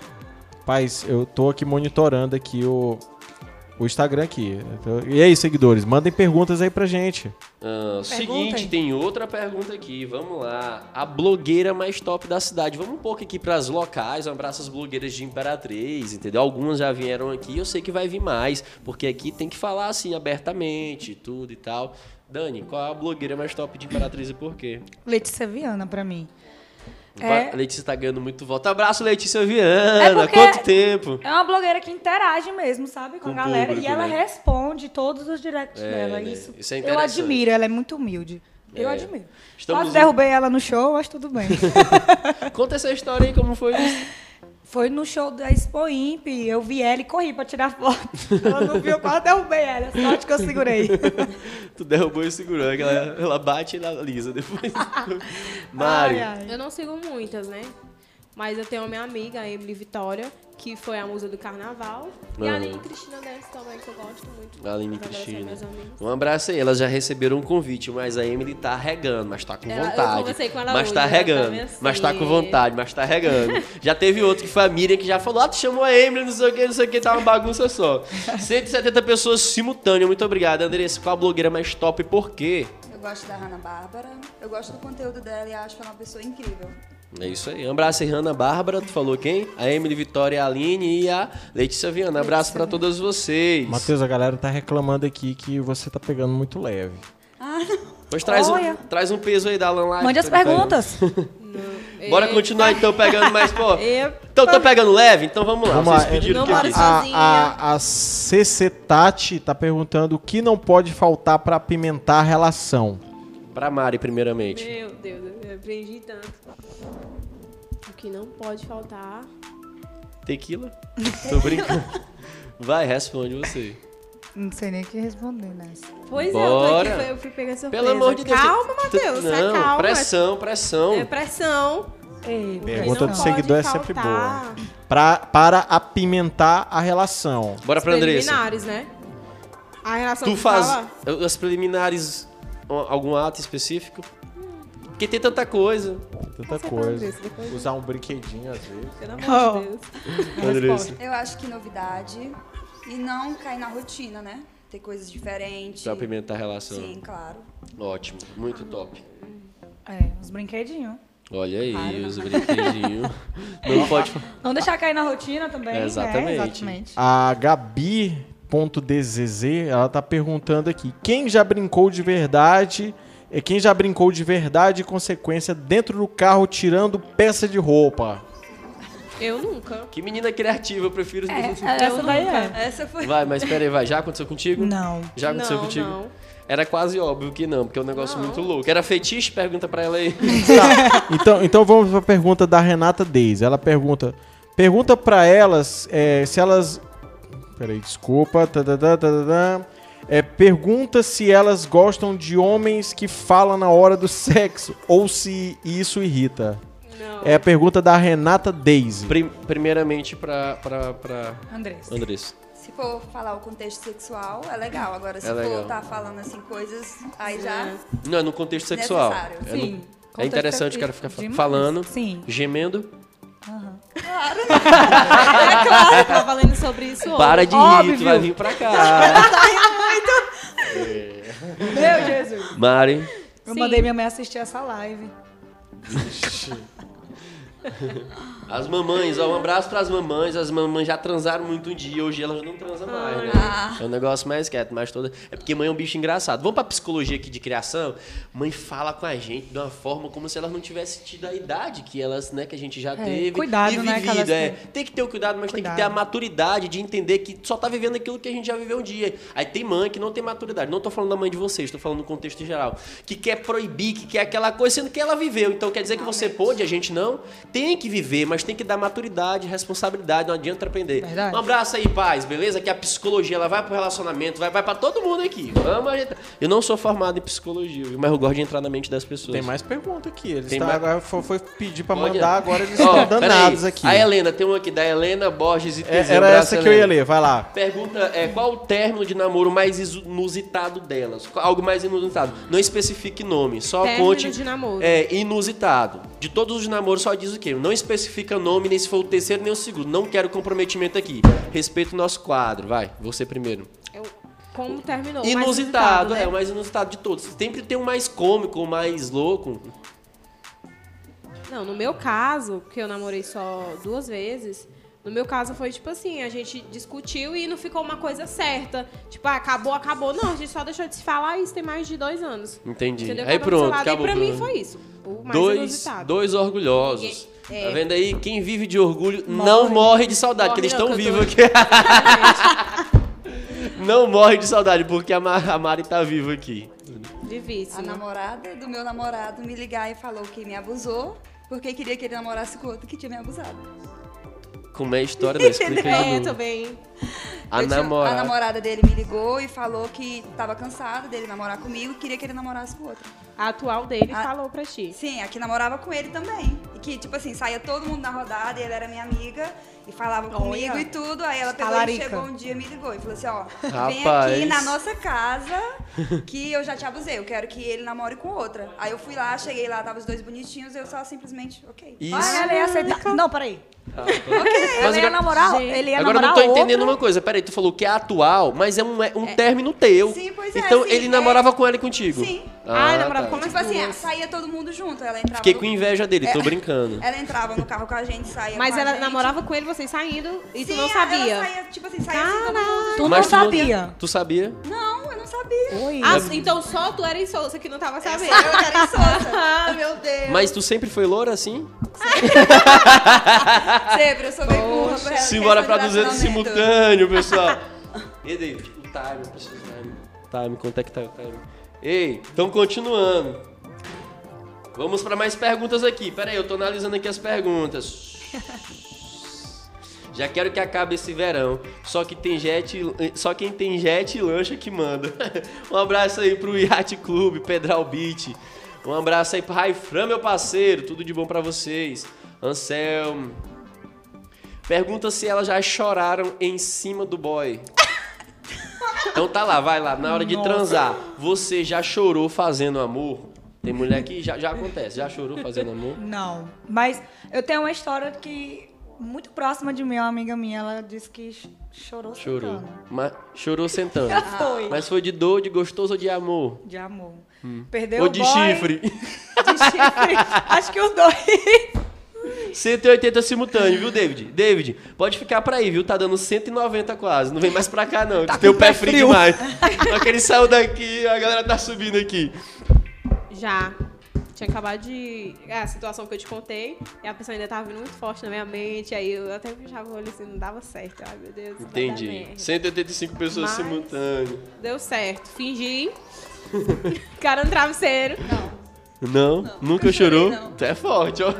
E: Paz, eu tô aqui monitorando aqui o, o Instagram aqui. Então, E aí, seguidores, mandem perguntas aí pra gente.
A: Ah, seguinte,
C: Perguntem.
A: tem outra pergunta aqui, vamos lá. A blogueira mais top da cidade. Vamos um pouco aqui pras locais, um abraço às blogueiras de Imperatriz, entendeu? Algumas já vieram aqui, eu sei que vai vir mais, porque aqui tem que falar assim, abertamente, tudo e tal. Dani, qual é a blogueira mais top de Imperatriz e por quê?
C: Letícia Viana pra mim.
A: Va-
C: É.
A: Letícia tá ganhando muito voto. Abraço, Letícia Viana.
C: É porque-
A: Quanto tempo?
C: É uma blogueira que interage mesmo, sabe,
A: Com
C: com,
A: o
C: a galera.
A: público,
C: e ela
A: né?
C: responde todos os directs
A: É,
C: dela.
A: né?
C: Isso,
A: Isso é
C: eu
A: interessante.
C: admiro, ela é muito humilde. Eu
A: É.
C: admiro.
A: Estamos
C: Quase
A: em-
C: derrubei ela no show, mas tudo bem.
A: Conta essa história aí, como foi isso?
C: Foi no show da Expo Imp, eu vi ela e corri pra tirar foto. Ela não viu, eu quase derrubei ela. Sorte que eu segurei.
A: tu derrubou e segurou. né? Ela,
D: É.
A: ela bate e ela lisa depois. Mari.
C: Ai, ai.
D: Eu não sigo muitas, né? Mas eu tenho a minha amiga, a Emily Vitória, que foi a musa do carnaval. E
A: Ah.
D: a Aline Cristina Dance também, que eu gosto muito.
A: Aline
D: Mas elas são
A: Cristina.
D: minhas amigas.
A: Um abraço aí. Elas já receberam um convite, mas a Emily tá regando, mas tá com
D: Ela- eu
A: vontade.
D: conversei com ela
A: mas tá
D: hoje, ela tá
A: regando.
D: meio assim.
A: Mas tá com vontade, mas tá regando. já teve outro que foi a Miriam que já falou: ah, tu chamou a Emily, não sei o que, não sei o que, tá uma bagunça só. 170 pessoas simultâneas. Muito obrigado, Andressa. Qual a blogueira mais top e por quê?
B: Eu Eu gosto da Hanna Bárbara. Eu gosto do conteúdo dela e acho ela uma pessoa incrível.
A: É isso aí. Um abraço aí, Ana Bárbara, tu falou quem? A Emily Vitória Aline e a Letícia Viana. Abraço pra todas vocês.
E: Matheus, a galera tá reclamando aqui que você tá pegando muito leve.
B: Ah, não.
A: Pois traz um,
C: Olha.
A: traz um peso aí da Alan lá.
C: Mande as perguntas.
D: Não.
A: Bora
D: Ei,
A: continuar então pegando mais, pô.
D: Epa.
A: Então tô pegando leve, então vamos lá.
E: Vamos lá, é,
A: vocês pediram
D: não
A: o que eu
D: bora
A: quis.
E: A,
D: sozinha.
E: a, a CC Tati tá perguntando o que não pode faltar pra apimentar a relação.
A: Pra Mari, primeiramente.
D: Meu Deus, eu aprendi tanto. O que não pode faltar.
A: Tequila? Tô brincando. Vai, responde você.
C: Não sei nem o que responder né? nessa.
D: Pois
A: Bora.
D: é, eu tô aqui, eu fui pegar surpresa.
A: Pelo amor de Deus. tu-
D: Calma,
A: tu-
D: Matheus,
A: não,
D: tá calma.
A: Pressão, pressão.
D: É pressão.
C: Ei,
E: Pergunta
D: não
E: do
D: pode
E: seguidor é sempre
D: faltar.
E: boa. Pra, para apimentar a relação.
A: Bora
D: Os
A: pra Andressa.
D: preliminares, né? A relação
A: Tu
D: que
A: faz
D: fala-
A: as preliminares, a- algum ato específico? Porque tem tanta coisa.
E: Tanta
D: Essa é pra
E: coisa.
D: Andressa, depois-
E: Usar um brinquedinho às vezes.
D: Pelo amor de
C: Oh.
D: Deus.
A: Andressa.
B: Eu acho que novidade e não cair na rotina, né? Ter coisas diferentes.
A: Pra apimentar a relação.
B: Sim, claro.
A: Ótimo. Muito top.
C: É, uns brinquedinhos.
A: Olha aí, os brinquedinhos. Não pode.
C: Não deixar cair na rotina também, né?
A: É, Exatamente.
C: Exatamente.
E: A Gabi.dzz, ela tá perguntando aqui: quem já brincou de verdade? É quem já brincou de verdade e consequência dentro do carro tirando peça de roupa?
D: Eu nunca.
A: Que menina criativa, eu prefiro.
C: É, essa daí é.
B: Essa foi.
A: Vai, mas pera aí, vai. Já aconteceu contigo?
C: Não.
A: Já aconteceu
D: Não,
A: contigo?
D: não.
A: Era quase óbvio que não, porque é um negócio muito louco. Era fetiche? Pergunta pra ela aí.
E: Tá, então, então vamos pra pergunta da Renata Deis. Ela pergunta: pergunta pra elas é, se elas. Peraí, desculpa. tá, tadadá, tadadá. É, pergunta se elas gostam de homens que falam na hora do sexo ou se isso irrita.
D: Não.
E: É a pergunta da Renata Deise.
A: Prim- primeiramente pra, pra, pra
C: Andressa.
A: Andressa.
B: Se for falar o contexto sexual, é legal. Agora, se
A: É legal.
B: for estar falando assim coisas, aí já.
A: Não, é no contexto sexual.
B: Necessário.
A: É, no-
C: Sim.
A: é interessante o cara ficar fa- falando,
C: Sim.
A: gemendo.
D: Ah, claro. Eu tava falando sobre isso hoje.
A: Para de rir, tu
C: Óbvio.
A: vai vir pra cá.
C: Meu Jesus.
A: Mari,
C: Eu
D: Sim.
C: mandei minha mãe assistir essa live.
A: as mamães, ó, um abraço pras mamães. As mamães já transaram muito um dia, hoje elas não transam mais, né? É um negócio mais quieto, mais toda. É porque mãe é um bicho engraçado. Vamos pra psicologia aqui de criação? Mãe fala com a gente de uma forma como se elas não tivessem tido a idade que elas, né, que a gente já teve.
C: cuidado,
A: e
C: né, que
A: vivido,
C: elas
A: é.
C: têm.
A: Tem que ter o cuidado, mas tem que
C: Cuidado.
A: ter a maturidade de entender que só tá vivendo aquilo que a gente já viveu um dia. Aí tem mãe que não tem maturidade. Não tô falando da mãe de vocês, tô falando no contexto geral. Que quer proibir, que quer aquela coisa, sendo que ela viveu. Então quer dizer que você pôde, a gente não? Tem que viver, mas tem que dar maturidade, responsabilidade, não adianta aprender.
C: Verdade.
A: Um abraço aí, paz, beleza? Que a psicologia ela vai pro relacionamento, vai, vai pra todo mundo aqui. Vamos ajeitar. Eu não sou formado em psicologia, viu? mas eu gosto de entrar na mente das pessoas.
E: Tem mais pergunta aqui. Eles
A: Tem
E: tá-
A: mais-
E: agora foi, foi pedir pra
A: Pode-
E: mandar, agora eles
A: Ó, peraí.
E: estão danados aqui.
A: A Helena, tem uma aqui da Helena Borges e
E: É,
A: Teseu.
E: era
A: Abraço,
E: essa que eu ia
A: Helena.
E: ler, vai lá.
A: Pergunta é qual o término de namoro mais isu- inusitado delas? Qual- Algo mais inusitado. Não especifique nome, só
D: Término
A: conte.
D: de namoro.
A: É, inusitado. De todos os namoros, só diz o quê? Não especifica nome, nem se for o terceiro, nem o segundo. Não quero comprometimento aqui. Respeito o nosso quadro. Vai, você primeiro.
D: Eu- Como terminou? Mais
A: Inusitado,
D: né?
A: é, o mais inusitado de todos. Sempre tem um mais cômico, um mais louco.
D: Não, no meu caso, que eu namorei só duas vezes, no meu caso foi tipo assim, a gente discutiu e não ficou uma coisa certa. Tipo, ah, acabou, acabou. Não, a gente só deixou de se falar isso tem mais de dois anos.
A: Entendi.
D: Entendeu?
A: Aí
D: Cada um do seu
A: pronto,
D: lado.
A: acabou.
D: E pra mim
A: pronto.
D: foi isso. O mais
A: dois,
D: inusitado.
A: dois orgulhosos.
D: Ninguém-
A: Tá
D: é.
A: vendo aí? Quem vive de orgulho não morre de saudade, porque eles
D: Morre não,
A: estão
D: que eu
A: vivos
D: tô-
A: aqui. não morre de saudade, porque a, Ma- a Mari tá viva aqui.
B: A
D: Vivíssimo.
B: namorada do meu namorado me ligar e falou que me abusou porque queria que ele namorasse com outro que tinha me abusado.
A: Como é a história da explica aí de
D: É,
A: novo.
D: também.
A: A
B: Eu tinha-
A: namorada.
B: a namorada dele me ligou e falou que tava cansado dele namorar comigo e queria que ele namorasse com outro.
D: A atual dele
B: A-
D: falou pra ti.
B: Sim, a que namorava com ele também. E que, tipo assim, saía todo mundo na rodada e ele era minha amiga e falava comigo e tudo. Aí ela pegou e
C: Talarica.
B: chegou um dia e me ligou e falou assim, ó, vem
A: Rapaz.
B: aqui na nossa casa que eu já te abusei, eu quero que ele namore com outra. Aí eu fui lá, cheguei lá, tava os dois bonitinhos, eu só simplesmente, ok.
A: Isso. Ah,
C: Ah, ela ia aceitar. Não, peraí.
A: Mas
C: Ela ia
A: agora-
C: namorar.
D: Gente.
C: Ele ia
A: Agora eu não
C: namorar
A: tô entendendo
C: outra.
A: uma coisa. Peraí, tu falou que é atual, mas é um, é um término teu.
B: Sim, pois é,
A: então
B: sim,
A: ele
B: é.
A: namorava com ela e contigo.
B: Sim,
A: Ah,
D: Ai, namorava
A: tá.
D: com mais
B: Tipo assim,
D: duas.
B: saía todo mundo junto. Ela entrava.
A: Fiquei
B: no-
A: com inveja dele, tô brincando.
B: Ela entrava no carro com a gente, saía.
D: Mas
B: com a
D: ela
B: gente.
D: namorava com ele, vocês saindo, e tu
B: Sim,
D: não
B: Ela
D: sabia.
B: saía, tipo assim, saía assim, todo
D: Caralho.
B: mundo.
C: Tu não
A: Mas
C: sabia.
A: Tu sabia?
B: Não, eu não sabia.
C: Oi.
D: Ah, então só tu era insossa que não tava sabendo.
B: Eu era insossa. Ah, Meu Deus.
A: Mas tu sempre foi loura assim?
B: Sempre, eu sou bem burra. pra essa
A: Simbora
B: questão
A: pra 200
B: de relacionamento.
A: simultâneo, pessoal. E daí, o time, eu preciso do time. Time, quanto é que tá o time? Ei, então continuando. Vamos pra mais perguntas aqui. Pera aí, eu tô analisando aqui as perguntas. Já quero que acabe esse verão. Só que tem jet, só quem tem jet e lancha que manda. Um abraço aí pro Yacht Clube, Pedral Beach. Um abraço aí pro Raifran, meu parceiro. Tudo de bom pra vocês. Anselmo. Pergunta se elas já choraram em cima do boy. Então tá lá, vai lá. Na hora de transar, você já chorou fazendo amor? Tem mulher que já, já acontece, já chorou fazendo amor?
C: Não. Mas eu tenho uma história que muito próxima de mim, uma amiga minha, ela disse que ch- chorou
A: Chorou.
C: sentando.
A: Mas chorou sentando.
C: Ela foi.
A: Mas foi de dor, de gostoso ou de amor?
C: De amor. Perdeu
A: Ah. Hum. ou
C: o
A: de
C: boy,
A: chifre?
C: De chifre. Acho que os dois.
A: 180 simultâneo, viu, David? David, pode ficar pra aí, viu? Tá dando 190 quase. Não vem mais pra cá, não. que teu pé é frio, demais. Só que ele saiu daqui, a galera tá subindo aqui.
D: Já. Tinha acabado de. É, a situação que eu te contei. E a pessoa ainda tava vindo muito forte na minha mente. Aí eu até fechava o olho assim, não dava certo. Ai, meu Deus. vai dar
A: Entendi.
D: merda.
A: 185 pessoas
D: Mas-
A: simultâneo.
D: Deu certo. Fingi. Cara no travesseiro.
A: Não, nunca
B: nunca chorei,
A: chorou?
B: não.
A: Tu é forte, ó.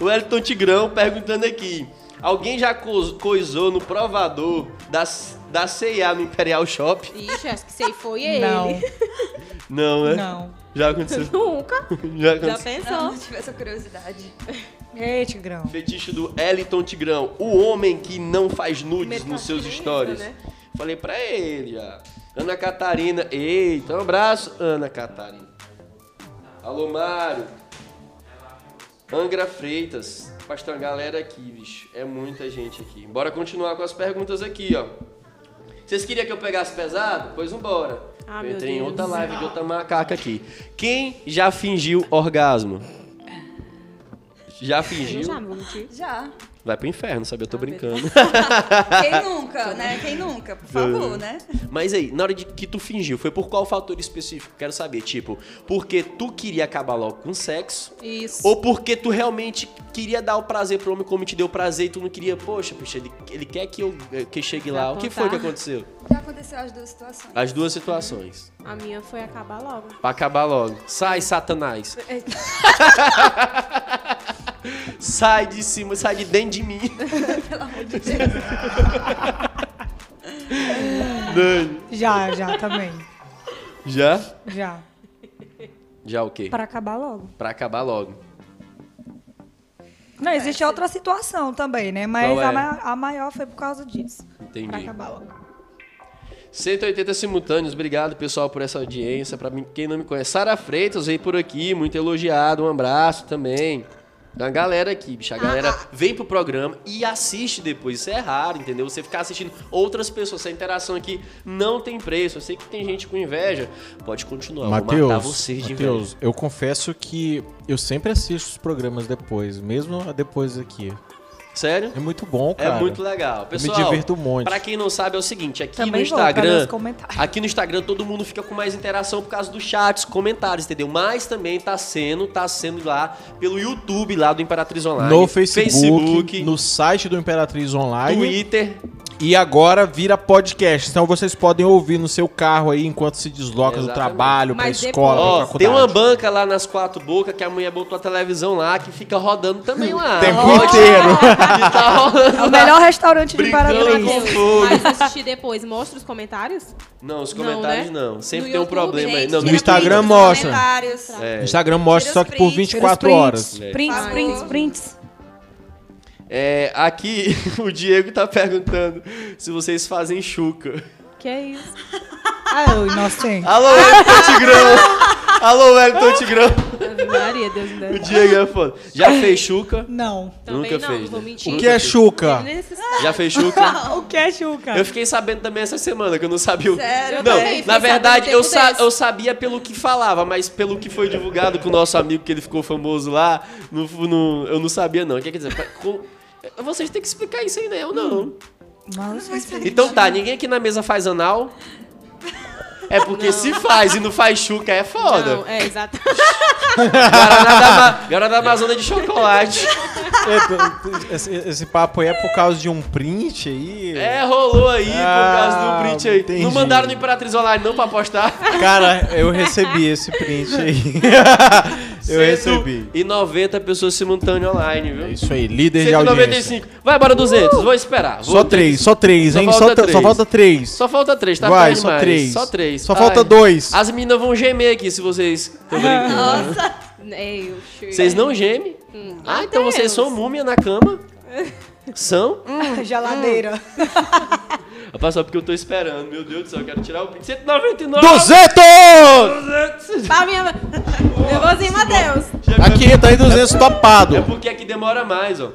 A: O Elton Tigrão perguntando aqui. Alguém já co- coisou no provador da, da C&A no Imperial Shop?
D: Ixi, acho que sei foi ele.
C: Não,
A: Não, né?
C: não.
A: Já aconteceu.
D: Nunca.
A: Já
D: Já
A: aconteceu.
B: Não,
D: pensou?
B: não tive essa curiosidade.
C: Ei, Tigrão.
A: Fetiche do Eliton Tigrão, o homem que não faz nudes
D: Primeiro
A: nos
D: tá
A: seus
D: criança,
A: stories.
D: né?
A: Falei pra ele já. Ana Catarina. Eita, um abraço, Ana Catarina. Alô, Mário. Angra Freitas. Rapaz, tem uma galera aqui, bicho. É muita gente aqui. Bora continuar com as perguntas aqui, ó. Vocês queriam que eu pegasse pesado? Pois vambora.
D: Ah,
A: eu
D: meu
A: entrei em
D: Deus.
A: outra live de outra macaca aqui. Quem já fingiu orgasmo? Já
D: Eu
A: fingiu?
D: já vou mentir.
B: Já.
A: Vai pro inferno, sabe? Eu tô brincando.
B: Quem nunca, né? Quem nunca, por favor, né?
A: Mas aí, na hora de que tu fingiu, foi por qual fator específico? Quero saber, tipo, porque tu queria acabar logo com o sexo?
D: Isso.
A: Ou porque tu realmente queria dar o prazer pro homem como te deu prazer e tu não queria, poxa, poxa, ele, ele quer que eu eh, que chegue lá. O que foi que aconteceu?
B: Já aconteceu as duas situações.
A: As duas situações.
D: A minha foi acabar logo.
A: Pra acabar logo. Sai, Satanás. sai de cima, sai de dentro de mim. Dani.
C: Já, já também.
A: Já?
C: Já.
A: Já o quê?
C: Pra acabar logo.
A: Pra acabar logo.
C: Não, existe outra situação também, né? Mas
A: Qual é?
C: a, ma- a maior foi por causa disso. Pra
A: Entendi.
C: acabar logo.
A: 180 simultâneos, obrigado pessoal por essa audiência. Pra mim, quem não me conhece, Sara Freitas veio por aqui, muito elogiado, um abraço também. Da galera aqui, bicho. A
C: Ah,
A: galera vem pro programa e assiste depois. Isso é raro, entendeu? Você ficar assistindo outras pessoas. Essa interação aqui não tem preço. Eu sei que tem gente com inveja. Pode continuar, eu vou matar
E: Matheus,
A: vocês de inveja.
E: Matheus, eu confesso que eu sempre assisto os programas depois, mesmo depois aqui.
A: Sério?
E: É muito bom,
A: É
E: cara.
A: muito legal. Pessoal,
E: divirto muito.
A: Pra quem não sabe, é o seguinte: aqui
C: Também
A: no
C: vou pra ver
A: Instagram.
C: os comentários.
A: Aqui no Instagram todo mundo fica com mais interação por causa dos chats, comentários, entendeu? Mas também tá sendo, tá sendo lá pelo YouTube lá do Imperatriz Online.
E: No Facebook,
A: Facebook,
E: no site do Imperatriz Online.
A: Twitter.
E: E agora vira podcast. Então vocês podem ouvir no seu carro aí enquanto se desloca
A: Exatamente.
E: do trabalho, pra
D: Mas
E: escola,
D: depois-
E: pra
A: Ó, tem
E: faculdade.
A: uma banca lá nas quatro bocas que a mulher botou a televisão lá que fica rodando também lá.
E: O tempo
A: Ó,
E: inteiro.
A: que tá
C: É
A: rolando
C: o
A: lá.
C: melhor restaurante de
A: Brincando
C: Imperatriz.
A: com-
D: Deus,
A: fogo.
D: Mas assistir depois. Mostra os comentários?
A: Não, os
D: Não,
A: comentários
D: né?
A: não. Sempre
D: No
A: tem um
D: YouTube,
A: problema aí.
D: gente,
A: Não,
E: No
A: no
E: Instagram
B: Muitos
E: mostra. É.
B: comentários.
E: O Instagram mostra
B: Tira
E: só
B: os
E: que por
B: prints,
E: 24
C: prints,
E: horas.
A: É.
C: Prints,
B: Por
C: prints,
B: favor.
C: prints.
A: É, aqui o Diego tá perguntando se vocês fazem chuca.
D: Que é isso?
C: Ah, eu inocente.
A: Alô, Elton Tigrão! Alô, Elton Tigrão!
D: Maria, Deus me
A: O
D: deu.
A: Diego é foda. Já fez chuca?
C: Não.
D: Também
A: Nunca
D: não,
A: fez,
D: não vou
A: né?
D: mentir.
E: O que é chuca?
D: Necessidade.
A: Já fez chuca?
C: o que é chuca?
A: Eu fiquei sabendo também essa semana, que eu não sabia. o-
B: Sério,
D: eu
A: não,
D: também fiquei
A: na
D: sabendo
A: verdade,
D: um
A: eu,
D: tempo
A: sa-
D: desse.
A: eu sabia pelo que falava, mas pelo que foi divulgado com o nosso amigo que ele ficou famoso lá, no, no- eu não sabia, não. O que quer dizer? Com- vocês têm que explicar isso aí, né? Eu não.
C: Mano, vocês-
A: Então tá, ninguém aqui na mesa faz anal. É porque se faz e não faz chuca é
D: Não,
A: foda.
D: é, exato.
A: Guaraná, da, Ma- Guaraná da Amazônia de chocolate.
E: É, Esse, esse papo aí é por causa de um print aí?
A: É, rolou aí por
E: Ah,
A: causa do print aí. Não
E: entendi.
A: mandaram no Imperatriz Online não pra postar.
E: Cara, eu recebi esse print aí.
A: Cento
E: eu recebi.
A: E 90 pessoas simultâneas online, viu?
E: É isso aí, líder de audiência.
A: 195. Vai, bora 200. Vou esperar. Vou
E: Só três, só três,
A: Só
E: hein?
A: falta
E: Só, tra- só
A: três.
E: falta três.
A: Só falta 3, tá
E: Vai,
A: Tá
E: só
A: demais.
E: três.
A: Só 3.
E: Só falta dois.
A: As meninas vão gemer aqui se vocês estão brincando.
D: Ei, É, eu chego.
A: Vocês não gemem? ah, então
D: Deus.
A: vocês são múmia na cama? São?
C: Geladeira.
A: Rapaz, só porque eu tô esperando. Meu Deus do céu, eu quero tirar o print. 199!
E: 200!
A: 200!
D: Tá, minha... Eu vou assim, Matheus.
E: Aqui, tá aí 200 topado.
A: É porque aqui demora mais, ó.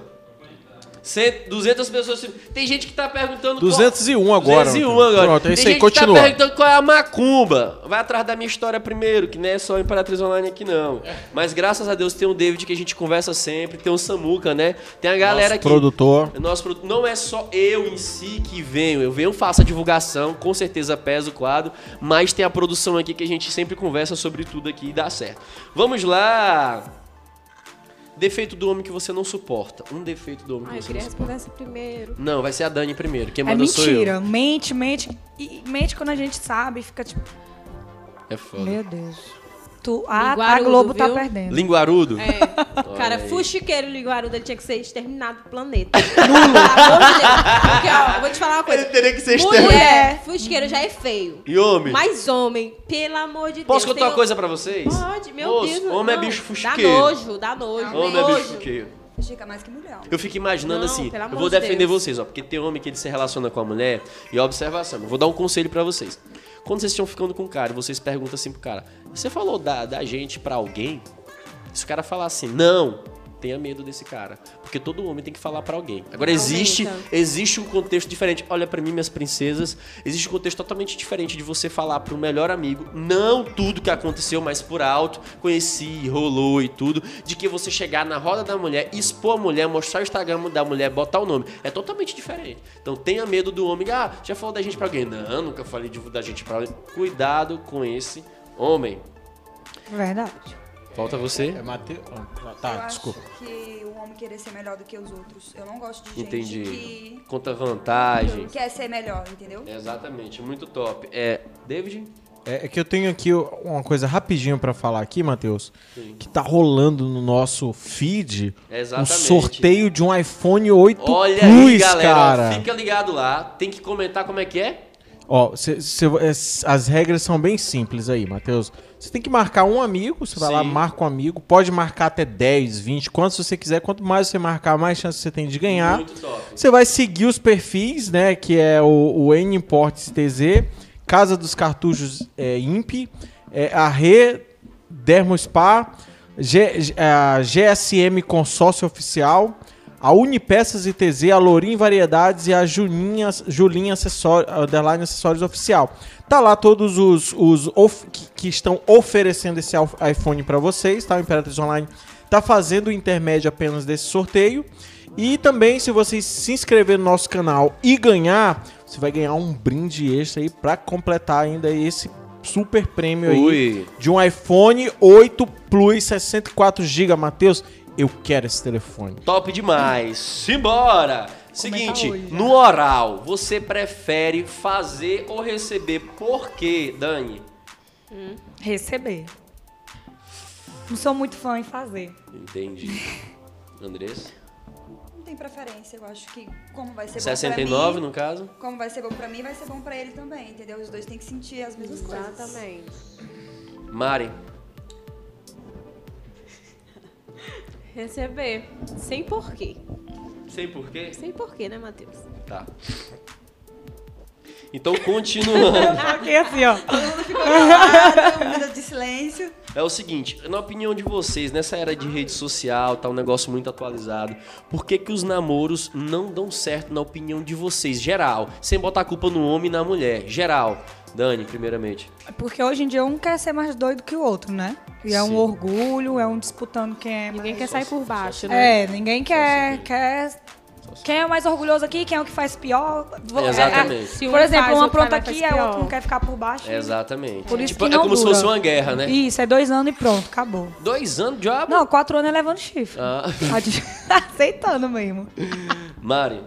A: Cento- 200 pessoas. se- Tem gente que tá perguntando. qual-
E: 201 agora.
A: 201
E: Antônio.
A: agora.
E: Pronto, é
A: Tem
E: isso aí,
A: gente que tá
E: continua.
A: perguntando qual é a macumba. Vai atrás da minha história primeiro, que não é só Imperatriz Online aqui, não. Mas graças a Deus tem o David que a gente conversa sempre, tem o Samuca, né? Tem a galera
E: Nosso
A: que.
E: Produtor.
A: Nosso produto não é só eu em si que venho, eu venho, faço a divulgação, com certeza pesa o quadro, mas tem a produção aqui que a gente sempre conversa sobre tudo aqui e dá certo. Vamos lá! Defeito do homem que você não suporta. Um defeito do homem que
D: Ai, eu
A: você não
D: queria
A: suporta.
D: responder essa primeiro.
A: Não, vai ser a Dani primeiro. Quem
C: É
A: manda sou eu.
C: mentira. Mente, mente. E e mente quando a gente sabe, fica tipo,
A: É foda.
C: meu Deus. Tu, ah, a
D: Linguarudo,
C: Globo tá
D: viu?
C: perdendo.
A: Linguarudo?
D: É,
A: Olha
D: cara,
A: aí.
D: fuxiqueiro Liguaruda tinha que ser exterminado do planeta. Nulo. Pelo amor de Deus. Porque, ó, eu vou te falar uma coisa.
A: teria que ser
D: Mulher, fusqueiro já é feio.
A: E é homem?
D: Mas homem, pelo amor de Deus.
A: Posso contar
D: tem
A: uma
D: um-
A: coisa pra vocês?
D: Pode, meu
A: Moço,
D: Deus.
A: Homem
D: não.
A: é bicho
D: Dá
A: fuxiqueiro.
D: nojo, dá nojo.
A: Homem é
D: nojo.
A: bicho fuxiqueiro.
B: Chica mais que mulher.
A: Eu fico imaginando
D: Não,
A: assim,
D: pelo
A: eu
D: amor
A: vou
D: de
A: defender
D: Deus.
A: vocês, ó, porque tem homem que ele se relaciona com a mulher e observação. Eu vou dar um conselho pra vocês. Quando vocês estão ficando com o cara, vocês perguntam assim pro cara: "Você falou da, da gente pra alguém?" Se o cara falar assim: "Não, Tenha medo desse cara, porque todo homem tem que falar pra alguém. Agora existe, existe um contexto diferente. Olha pra mim, minhas princesas, existe um contexto totalmente diferente de você falar pro melhor amigo, não tudo que aconteceu, mas por alto, conheci, rolou e tudo, de que você chegar na roda da mulher, expor a mulher, mostrar o Instagram da mulher, botar o nome. É totalmente diferente. Então tenha medo do homem, ah, já falou da gente pra alguém. Não, nunca falei de, da gente pra alguém. Cuidado com esse homem.
C: Verdade.
A: Falta você?
E: É Mateus.
B: eu
E: Tá,
B: acho
E: desculpa.
B: que o homem querer ser melhor do que os outros. Eu não gosto de
A: Entendi.
B: gente
A: Conta
B: que
A: vantagem.
B: quer ser melhor, entendeu?
A: Exatamente, muito top. É, David?
E: É, é que eu tenho aqui uma coisa rapidinho pra falar aqui, Matheus, que tá rolando no nosso feed
A: Exatamente.
E: um sorteio de um iPhone 8
A: Olha
E: Plus,
A: aí, galera.
E: cara.
A: Fica ligado lá. Tem que comentar como é que é.
E: Ó, cê- cê- é, s- as regras são bem simples aí, Matheus. Você tem que marcar um amigo, você vai lá,
A: Sim.
E: marca um amigo, pode marcar até 10, 20, quantos você quiser. Quanto mais você marcar, mais chance você tem ah. de ganhar.
A: Muito top.
E: Você vai seguir os perfis, né? Que é o, o N Importes TZ, Casa dos Cartuchos é, Imp, é, a Rê, Dermo Spa, G- G- a GSM Consórcio Oficial, a Unipeças ITZ, a Lorim Variedades e a Juninha, Julinha Acessório, Underline Acessórios Oficial. Tá lá todos os, os of- que, que estão oferecendo esse al- iPhone para vocês, tá? O Imperatriz Online tá fazendo o intermédio apenas desse sorteio. E também, se você se inscrever no nosso canal e ganhar, você vai ganhar um brinde extra aí pra completar ainda esse super prêmio aí
A: Ui.
E: de um iPhone 8 Plus 64GB. Matheus, eu quero esse telefone.
A: Top demais. Simbora. Seguinte,
C: hoje,
A: no oral, você prefere fazer ou receber por quê, Dani?
C: Receber. Não sou muito fã em fazer.
A: Entendi. Andressa?
B: Não tem preferência. Eu acho que como vai ser bom
A: 69,
B: pra mim,
A: no caso?
B: como vai ser bom pra mim, vai ser bom pra ele também, entendeu? Os dois têm que sentir as mesmas coisas.
D: Exatamente.
A: Mari.
D: Receber. Sem porquê.
A: Sem porquê?
D: Sem porquê, né, Matheus?
A: Tá. Então, continuando.
C: Aqui assim, ó.
B: Claro, vida Ah, de silêncio.
A: É o seguinte, na opinião de vocês, nessa era de rede social, tá um negócio muito atualizado, por que que os namoros não dão certo na opinião de vocês, geral? Sem botar a culpa no homem e na mulher, geral. Dani, primeiramente.
C: Porque hoje em dia um quer ser mais doido que o outro, né? E é
A: Sim.
C: um orgulho, é um disputando quem é mais...
D: Ninguém quer sair por baixo, né?
C: É, ninguém quer, quer... Quem é o mais orgulhoso aqui, quem é o que faz pior. Vou-
A: É, exatamente.
C: é,
D: Se um
C: por exemplo,
D: faz,
C: uma
D: o cara
C: pronta
D: faz
C: aqui, a
D: pior.
C: outra um não quer ficar por baixo.
A: É, Exatamente.
C: Por isso
A: tipo,
C: que não
A: é como se
C: dura.
A: fosse uma guerra, né?
C: Isso, é dois anos e pronto, acabou.
A: Dois anos de diabo?
C: Não, quatro anos é levando chifre. tá
A: Ah,
C: Aceitando mesmo.
A: Mari,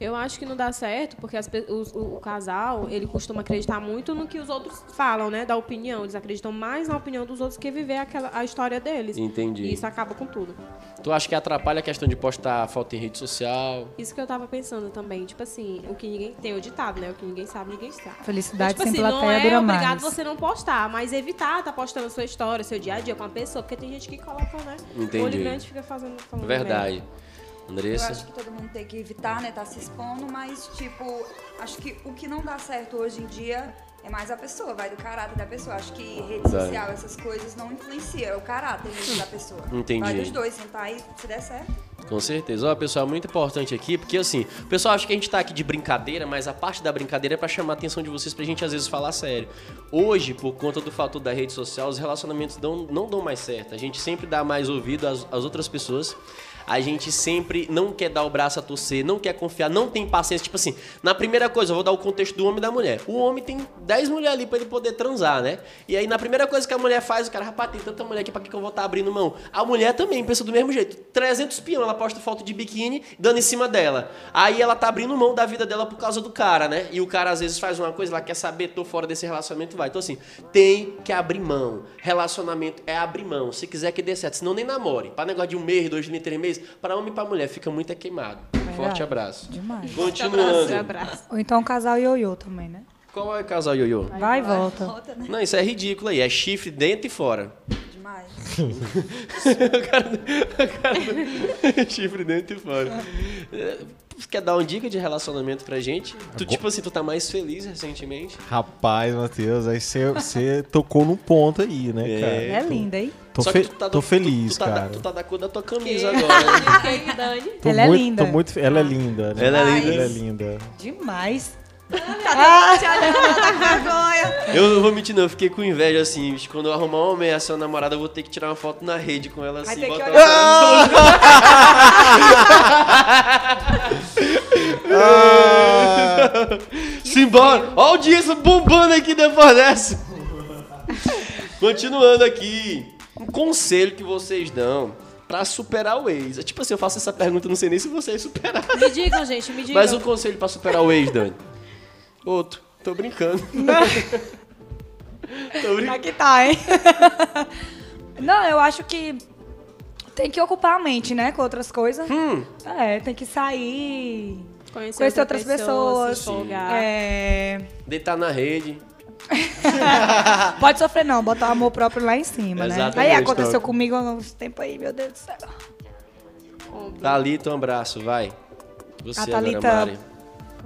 D: Eu acho que não dá certo, porque as pe- os- o, o casal, ele costuma acreditar muito no que os outros falam, né? Da opinião. Eles acreditam mais na opinião dos outros que viver aquela, a história deles.
A: Entendi.
D: E isso acaba com tudo.
A: tu acha que atrapalha a questão de postar foto em rede social?
D: Isso que eu tava pensando também. Tipo assim, o que ninguém tem o ditado, né? O que ninguém sabe, ninguém sabe.
C: Felicidade
D: tipo
C: sem
D: assim, não
C: plateia
D: é
C: dura
D: obrigado
C: mais.
D: você não postar, mas evitar tá postando a sua história, seu dia a dia com a pessoa, porque tem gente que coloca, né?
A: Entendi.
D: Olho grande fica fazendo falando merda.
A: Verdade.
B: Eu
A: Andressa?
B: acho que todo mundo tem que evitar, né? Tá se expondo, mas, tipo, acho que o que não dá certo hoje em dia é mais a pessoa, vai do caráter da pessoa. Acho que rede
A: Vai.
B: social, essas coisas não influenciam, é o caráter mesmo da pessoa.
A: Entendi.
B: Vai dos dois, sentar aí, se der certo.
A: Com certeza. Ó, pessoal, é muito importante aqui, porque assim, o pessoal acha que a gente tá aqui de brincadeira, mas a parte da brincadeira é pra chamar a atenção de vocês pra gente às vezes falar sério. Hoje, por conta do fator da rede social, os relacionamentos dão- não dão mais certo. A gente sempre dá mais ouvido às, às outras pessoas. A gente sempre não quer dar o braço a torcer, não quer confiar, não tem paciência. Tipo assim, na primeira coisa, eu vou dar o contexto do homem e da mulher. O homem tem 10 mulheres ali pra ele poder transar, né? E aí, na primeira coisa que a mulher faz, o cara, rapaz, tem tanta mulher aqui, pra que que eu vou estar abrindo mão? A mulher também pensa do mesmo jeito. 300 peão, ela posta foto de biquíni dando em cima dela. Aí ela tá abrindo mão da vida dela por causa do cara, né? E o cara às vezes faz uma coisa, ela quer saber, tô fora desse relacionamento, vai. Então assim, tem que abrir mão. Relacionamento é abrir mão. Se quiser que dê certo, senão nem namore. Pra negócio de um mês, dois meses, três meses, pra homem e pra mulher, fica muito é queimado. Forte abraço.
C: Demais.
A: Continuando.
D: Abraço.
C: Ou então um casal ioiô também, né?
A: Qual é o casal ioiô?
C: Vai e volta.
B: Volta, né?
A: Não, isso é ridículo aí. É chifre dentro e fora.
B: Demais.
A: o cara, o cara- chifre dentro e fora. É, Quer dar uma dica de relacionamento pra gente?
E: É
A: Tu, tipo assim, tu tá mais feliz recentemente?
E: Rapaz, Matheus, aí você- você tocou num ponto aí, né,
A: É.
E: cara?
C: É linda, hein?
E: Tô,
A: Só
E: fe-
A: que tu tá do-
E: tô feliz,
A: tu, tu tá da-
E: cara.
A: tu tá da cor da tua camisa agora. né?
D: Fiquei, Dani.
E: Tô
C: Ela é
E: muito-
C: linda.
E: tô muito- ela é linda, né?
A: Ela é
B: linda.
E: Ela é linda.
C: Demais.
D: Tá
C: Ah.
A: Eu não vou mentir, não. Eu fiquei com inveja, assim. bicho. Quando eu arrumar uma homem, a sua namorada, eu vou ter que tirar uma foto na rede com ela,
B: Vai
A: assim.
B: ter que
A: botar
B: olhar.
A: ela no- Simbora! Ó, a audiência bombando aqui depois dessa! Continuando aqui, um conselho que vocês dão pra superar o ex. É Tipo assim, eu faço essa pergunta, não sei nem se vocês superaram.
D: Me digam, gente, me digam.
A: Mas um conselho pra superar o ex, Dani. Outro. Tô brincando. Tô brincando.
C: Aqui tá, hein? Não, eu acho que tem que ocupar a mente, né? Com outras coisas.
A: Hum.
C: É, tem que sair.
D: Conhecer,
C: Conhecer
D: outra
C: outras
D: pessoa,
C: pessoas.
D: Se folgar.
C: É,
A: Deitar na rede.
C: Pode sofrer, não. Botar o amor próprio lá em cima, né?
A: Exatamente,
C: Aí aconteceu
A: Toca.
C: comigo há uns tempos aí, meu Deus do céu.
A: Thalita, um abraço, vai. Você
C: A
A: agora,
C: Thalita-
A: Mari.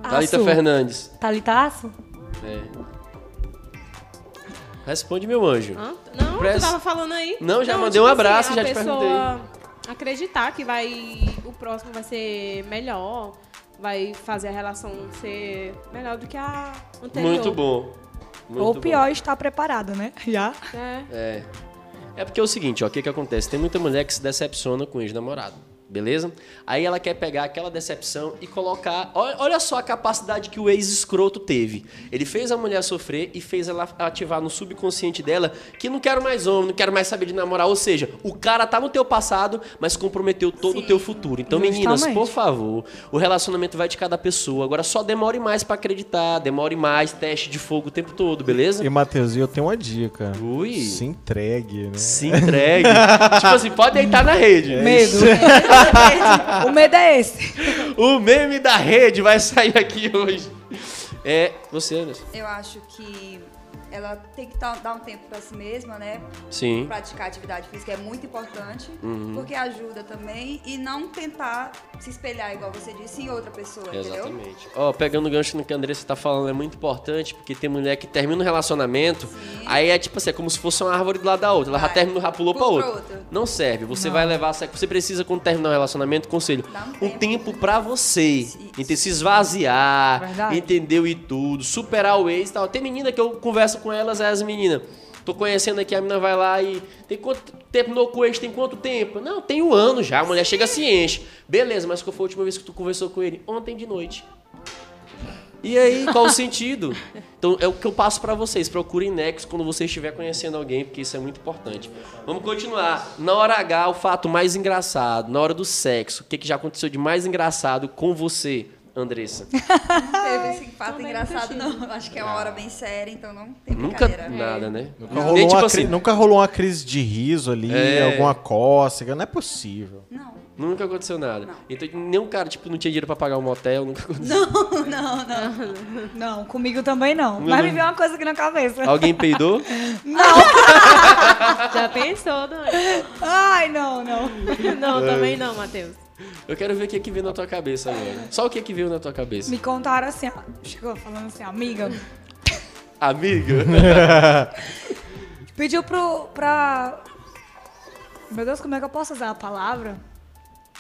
A: Thalita
C: Aço.
A: Fernandes.
C: Thalitaço?
A: É. Responde, meu anjo.
C: Ah,
D: Hã? Não,
A: Press-
D: tu tava falando aí. tipo assim,
A: Não, já mandei um abraço, já
D: a
A: te
D: pessoa acreditar que vai o próximo vai ser melhor, vai fazer a relação ser melhor do que a anterior.
A: Muito bom. Muito
C: Ou
A: bom.
C: pior, estar preparado, né? Já.
D: né?
A: É. É porque é o seguinte, ó, o que que acontece? Tem muita mulher que se decepciona com o ex-namorado, beleza? Aí ela quer pegar aquela decepção e colocar... Olha, olha só a capacidade que o ex-escroto teve. Ele fez a mulher sofrer e fez ela ativar no subconsciente dela que não quero mais homem, não quero mais saber de namorar. Ou seja, o cara tá no teu passado, mas comprometeu todo o teu futuro. Então, meninas,
C: Justamente.
A: por favor, o relacionamento vai de cada pessoa. Agora, só demore mais pra acreditar, demore mais, teste de fogo o tempo todo, beleza?
E: E, Matheus, eu tenho uma dica.
A: Ui.
E: Se entregue, né?
A: Se entregue. tipo assim, pode deitar na rede.
C: Medo. o medo é esse.
A: O meme da rede vai sair aqui hoje. É, você, Anderson?
B: Eu acho que ela tem que tá- dar um tempo pra si mesma, né?
A: Sim.
B: Praticar atividade física é muito importante, porque ajuda também. E não tentar se espelhar, igual você disse, em outra pessoa, entendeu?
A: Exatamente. Ó, pegando o gancho no que a Andressa tá falando, é muito importante, porque tem mulher que termina um relacionamento, aí é tipo assim, é como se fosse uma árvore do lado da outra. Ela já
B: Vai.
A: terminou, já pulou pra
B: É. Pulou
A: outra.
B: pra outra.
A: Não serve. Você vai levar, sabe? Você precisa, quando terminar um relacionamento, conselho,
B: Dá um
A: um
B: tempo.
A: tempo pra você. Então,
B: Isso.
A: Entende? Se esvaziar,
C: Verdade.
A: entendeu? E tudo, superar o ex e tal. Tem menina que eu converso com elas, é as meninas. Tô conhecendo aqui, a menina vai lá e. Tem quanto terminou com o ex? Tem quanto tempo? Não, tem um ano já. A mulher chega se enche. Beleza, mas qual foi a última vez que tu conversou com ele? Ontem de noite. E aí, qual o sentido? Então, é o que eu passo pra vocês. Procurem Nexo quando você estiver conhecendo alguém, porque isso é muito importante. Vamos continuar. Na hora H, o fato mais engraçado, na hora do sexo, o que, que já aconteceu de mais engraçado com você, Andressa?
B: Não teve esse fato
D: também
B: engraçado,
D: nunca
B: não. Acho que é uma hora bem séria, então não tem
A: Nunca
B: brincadeira.
C: É.
A: nada, né?
E: Nunca rolou, uma cri- nunca rolou uma crise de riso ali, alguma cócega, não é possível.
B: Não,
A: nunca aconteceu nada.
B: Não.
A: Então, nenhum cara, tipo, não tinha dinheiro pra pagar um motel, nunca aconteceu.
B: não, não.
C: Não, comigo também não.
A: Meu
C: Mas me
A: Deus.
C: veio uma coisa aqui na cabeça.
A: Alguém peidou? É.
D: Já pensou, Dani?
C: Ai, não, não.
D: Não,
A: É.
D: também não, Matheus.
A: Eu quero ver o que, é que veio na tua cabeça agora. Só o que, que veio na tua cabeça.
C: Me contaram assim, ó, chegou falando assim, amiga,
A: Amiga.
C: pediu pro, pra... Meu Deus, como é que eu posso usar a palavra?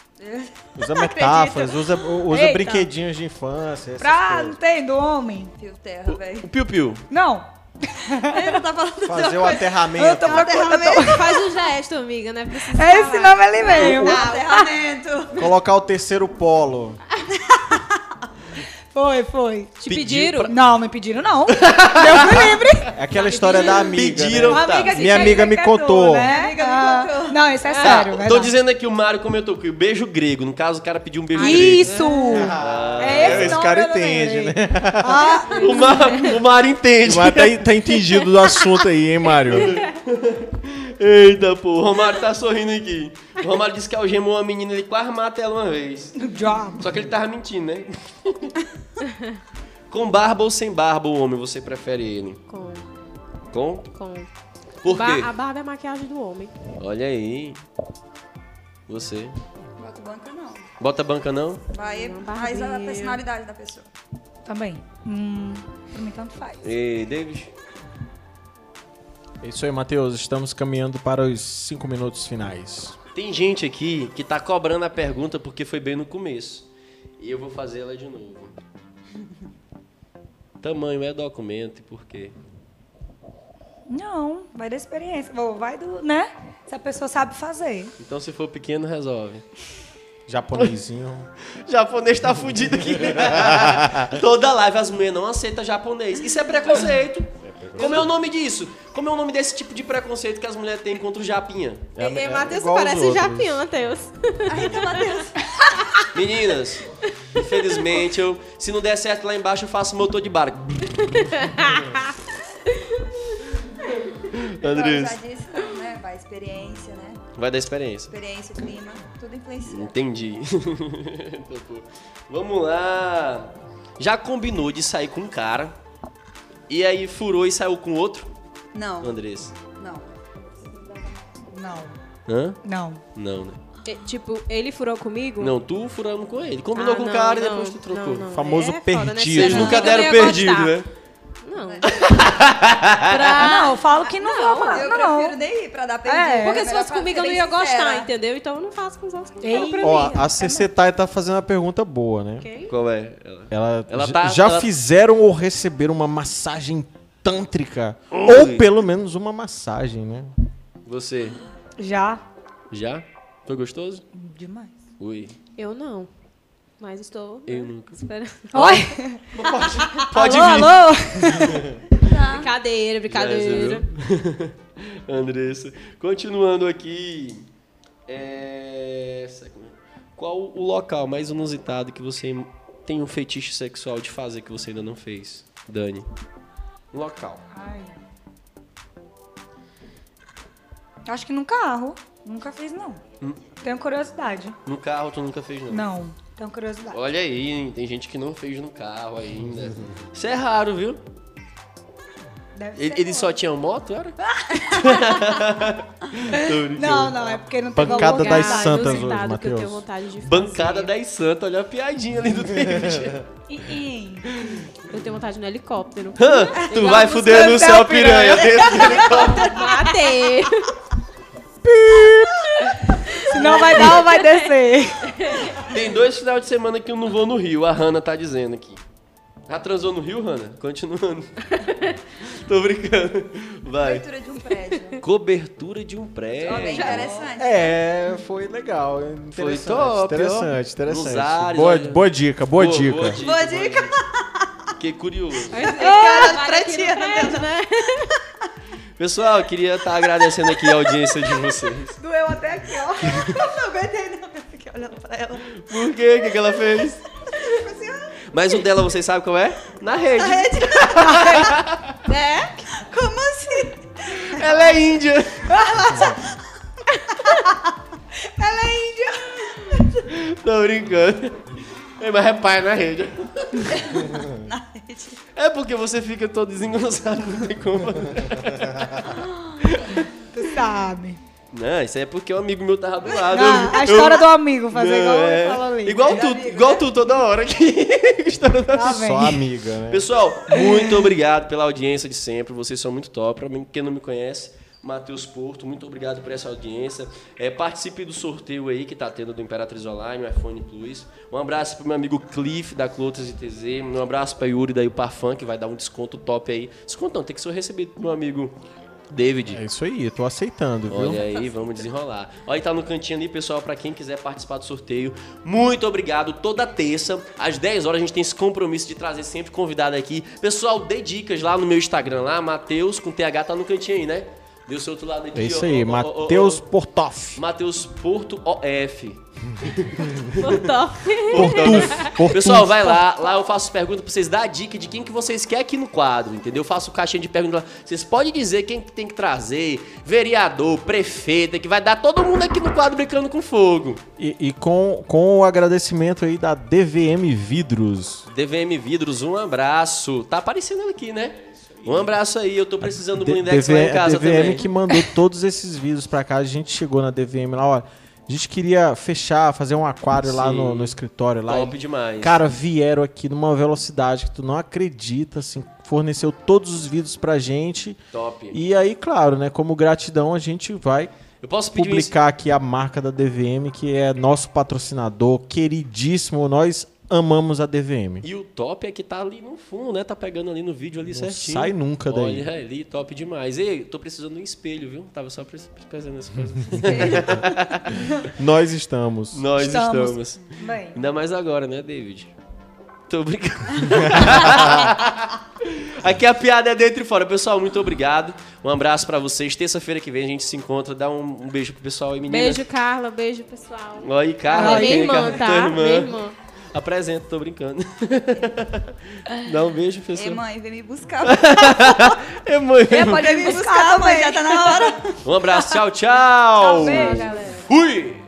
E: Usa metáforas, usa, usa
C: Eita.
E: brinquedinhos de infância. essas
C: Pra, não
E: coisas.
C: tem, do homem.
B: Fio terra, velho.
A: o piu-piu.
C: Não,
B: Ele tá falando
E: Fazer o aterramento.
C: eu tô procurando... eu
D: Faz um gesto, amiga, né? Precisa
C: tô- É esse nome ali
E: um
C: mesmo.
B: aterramento.
E: Colocar o terceiro polo.
C: Foi, foi.
D: Te
A: Pediu
D: pediram?
C: Não, me pediram não. Deus me livre.
E: É aquela história da amiga.
A: Pediram.
E: né?
A: Tá.
C: que
E: Minha
C: fez
E: amiga me
C: recatou,
E: contou.
C: né?
B: Minha amiga me
C: Ah,
B: contou.
C: Não, isso é
A: Ah,
C: sério,
A: Tô
C: verdade.
A: dizendo aqui o Mário comentou que o beijo grego. No caso, o cara pediu um beijo
C: Ah, Isso!
E: É,
C: é esse,
E: esse
C: nome
E: cara
C: eu não
E: entende,
C: lembrei.
E: né?
C: Ah,
A: grego. O Mário, o Mário entende.
E: Mas tá, tá entendido do assunto aí, hein, Mário? É
A: Eita, pô. O Romário tá sorrindo aqui. O Romário disse que algemou uma menina, ele quase mata ela uma vez.
C: do job.
A: Só que ele tava mentindo, né? Com barba ou sem barba o homem, você prefere ele?
D: Com,
A: Com?
D: com.
A: Por
D: Ba-
A: quê?
D: A barba é a maquiagem do homem.
A: Olha aí. Você.
B: Bota banca, não.
A: Bota banca não?
B: Vai
D: Não,
B: mais a
D: barbeiro.
B: personalidade da pessoa.
C: Também. Hum, pra mim tanto faz.
A: Ei, David.
E: É isso aí, Matheus. Estamos caminhando para os cinco minutos finais.
A: Tem gente aqui que tá cobrando a pergunta porque foi bem no começo. E eu vou fazer ela de novo. Tamanho é documento e por quê?
C: Não, vai da experiência. Ou vai do, né? Se a pessoa sabe fazer.
A: Então se for pequeno, resolve.
E: Japonesinho.
A: Japonês tá fudido aqui. Toda live as mulheres não aceitam japonês. Isso é preconceito. Como é o nome disso? Como é o nome desse tipo de preconceito que as mulheres têm contra o japinha?
E: É,
D: e, e
E: é
D: Matheus
E: igual aos
D: parece
E: outros.
D: Japinha, Matheus.
A: Meninas, infelizmente, eu, se não der certo lá embaixo, eu faço motor de barco.
B: Então, já disse, não, né? Vai experiência, né?
A: Vai dar experiência.
B: Experiência, clima, tudo influencia.
A: Entendi. Então, pô, Vamos lá. Já combinou de sair com um cara e aí furou e saiu com outro?
B: Não,
A: Andressa.
B: não.
C: Não,
A: Hã?
C: não.
A: Não, né?
D: É, tipo, ele furou comigo?
A: Não, tu furamos com ele. Combinou
D: Ah,
A: com o
D: não,
A: cara e
D: não,
A: depois tu trocou.
D: não, não.
E: Famoso
D: foda, né?
E: perdido.
D: Você
A: Vocês
E: Não,
A: nunca
D: não
A: deram
D: ia
A: perdido,
D: gostar.
A: né?
D: Não.
C: Ah, não, eu falo que não, vou, mano.
B: eu
C: Não,
B: prefiro nem ir pra dar perdido.
C: É,
D: Porque se
B: Melhor
D: fosse
B: pra-
D: comigo
B: ser
D: eu
B: bem
D: não ia gostar,
B: sincera.
D: entendeu? Então eu não faço com os outros que
C: Ei.
D: não pra
E: Ó,
D: mim.
E: a CC Tai tá fazendo uma pergunta boa, né?
D: Ok?
A: Qual é? Ela-
E: Ela,
A: Ela
E: j-
A: tá-
E: já
A: ela-
E: fizeram ou receberam uma massagem tântrica.
A: Ui.
E: Ou pelo menos uma massagem, né?
A: Você.
C: Já.
A: Já? Foi gostoso?
C: Demais.
A: Ui.
D: Eu não. Mas estou
A: Eu nunca.
D: esperando.
C: Oi?
A: Pode
C: alô,
A: vir.
C: alô? Tá.
D: Brincadeira,
A: Já
D: brincadeira.
A: recebeu? Andressa. Continuando aqui. É... essa- Qual o local mais inusitado que você tem um fetiche sexual de fazer que você ainda não fez? Dani. Local.
C: Ai. Acho que num carro. Nunca fiz, não.
A: Hum.
C: Tenho curiosidade.
A: No carro tu nunca fez, não?
C: Não, tenho curiosidade.
A: Olha aí, hein? tem gente que não fez no carro ainda. Isso é raro, viu?
C: Deve
A: Ele,
C: ser
A: ele só tinha moto, era? Tô brincando.
C: Não, não, é porque não tem
E: Pancada Tá
C: valor. Tá.
E: das
D: Ah, do
E: santas hoje,
D: citado que eu
E: Matheus.
D: tenho vontade de
A: Bancada
D: fazer.
A: 10 Santa, olha a piadinha ali do David.
C: Ih, ih.
D: Eu tenho vontade no helicóptero.
A: Hã? tu
D: Igual
A: vai
D: a
A: fuder
D: música
A: no
D: do
A: céu
D: Céu
A: piranha. dentro do helicóptero.
D: Matei!
C: Se não vai dar, vai descer.
A: Tem dois finais de semana que eu não vou no Rio, a Hanna tá dizendo aqui. Já transou no Rio, Hanna? Continuando. Tô brincando. Vai.
B: Leitura de um prédio.
A: Cobertura de um
B: Ó, bem
A: prédio.
B: interessante.
E: É, foi legal.
A: Foi
E: Interessante,
A: top, ó.
E: Interessante, interessante.
A: Nos ares,
E: boa,
A: olha.
E: boa dica, boa, dica.
B: Boa dica.
A: Fiquei curioso.
D: Cara,
C: tá
B: pretinha,
D: né?
A: Pessoal, eu queria estar agradecendo aqui a audiência de vocês.
B: Doeu até aqui, ó. Não aguentei, não. Eu fiquei olhando pra ela.
A: Por quê? O que, que ela fez? Mas o dela, vocês sabem qual é? Na rede.
B: É? Como assim?
A: Ela é índia.
B: Ela é índia.
A: Tô brincando. É, mas é pai na rede. É porque você fica todo desengonçado, não tem como.
C: Tu sabe.
A: Não, isso aí é porque o amigo meu tava do lado.
C: Ah, a
A: Eu-
C: história
A: eu-
C: do amigo, fazer igual
A: Não,
C: ele né?
A: é.
C: falou ali.
A: Igual tu, igual tu toda hora aqui. história do
C: Tá
E: Só
C: bem.
E: amiga, né?
A: Pessoal, muito obrigado pela audiência de sempre. Vocês são muito top. Pra mim, quem não me conhece, Matheus Porto, muito obrigado por essa audiência. É, participe do sorteio aí que tá tendo do Imperatriz Online, o iPhone Plus. Um abraço pro meu amigo Cliff, da Clotas e TZ. Um abraço pra Yuri da Iparfan, que vai dar um desconto top aí. Desconto não, tem que ser recebido pro meu amigo David.
E: É isso aí, tô aceitando, viu?
A: Olha aí, vamos desenrolar. Olha, tá no cantinho ali, pessoal, pra quem quiser participar do sorteio. Muito obrigado. Toda terça, às 10 horas, a gente tem esse compromisso de trazer sempre convidado aqui. Pessoal, dê dicas lá no meu Instagram, lá, Matheus, com TH, tá no cantinho aí, né? Deu seu outro lado aqui,
E: É isso
A: ó,
E: aí,
A: ó, ó, ó, ó.
E: Matheus Portoff.
A: Matheus Porto OF.
D: Botou.
E: Portuf. Portuf.
A: Pessoal, vai lá, lá eu faço pergunta pra vocês dar a dica de quem que vocês querem aqui no quadro, entendeu? Eu faço caixinha de perguntas lá. Vocês podem dizer quem que tem que trazer, vereador, prefeita, que vai dar todo mundo aqui no quadro brincando com fogo.
E: E, e com, com o agradecimento aí da DVM Vidros.
A: DVM Vidros, um abraço. Tá aparecendo ela aqui, né? Um abraço aí, eu tô precisando do
E: D-
A: Blindex
E: DV
A: lá em casa
E: DVM
A: também.
E: que mandou todos esses vidros pra cá. A gente chegou na DVM lá, ó. A gente queria fechar, fazer um aquário lá
A: Sim.
E: no, no escritório. Lá.
A: Top demais.
E: Cara, vieram aqui numa velocidade que tu não acredita, assim. Forneceu todos os vidros pra gente.
A: Top.
E: E aí, claro, né? Como gratidão, a gente vai
A: Eu posso pedir um ins-
E: publicar aqui a marca da DVM, que é nosso patrocinador, queridíssimo. Nós amamos a DVM.
A: E o top é que tá ali no fundo, né? Tá pegando ali no vídeo ali
E: Não
A: é certinho.
E: sai nunca daí.
A: Olha ali, top demais. Ei, tô precisando de um espelho, viu? Tava só pres- precisando dessa coisa.
E: Nós estamos.
A: Nós
C: Estamos.
A: estamos.
C: Bem.
A: Ainda mais agora, né, David? Tô brincando. Aqui a piada é dentro e fora. Pessoal, muito obrigado. Um abraço pra vocês. Terça-feira que vem a gente se encontra. Dá um, um beijo pro pessoal aí, meninas.
D: Beijo, Carla. Beijo, pessoal.
A: Oi, Carla.
D: Ela é
A: quem
D: minha
A: é Carla?
D: irmã, tá?
A: Tua
D: Minha irmã.
A: Apresento, tô brincando. Dá um beijo,
B: Ei,
A: pessoal.
B: mãe, vem me buscar.
A: É, mãe.
C: É, pode
B: Vem
C: me buscar também.
B: já tá na hora.
A: Um abraço, tchau, tchau.
C: Beijo,
A: Fui!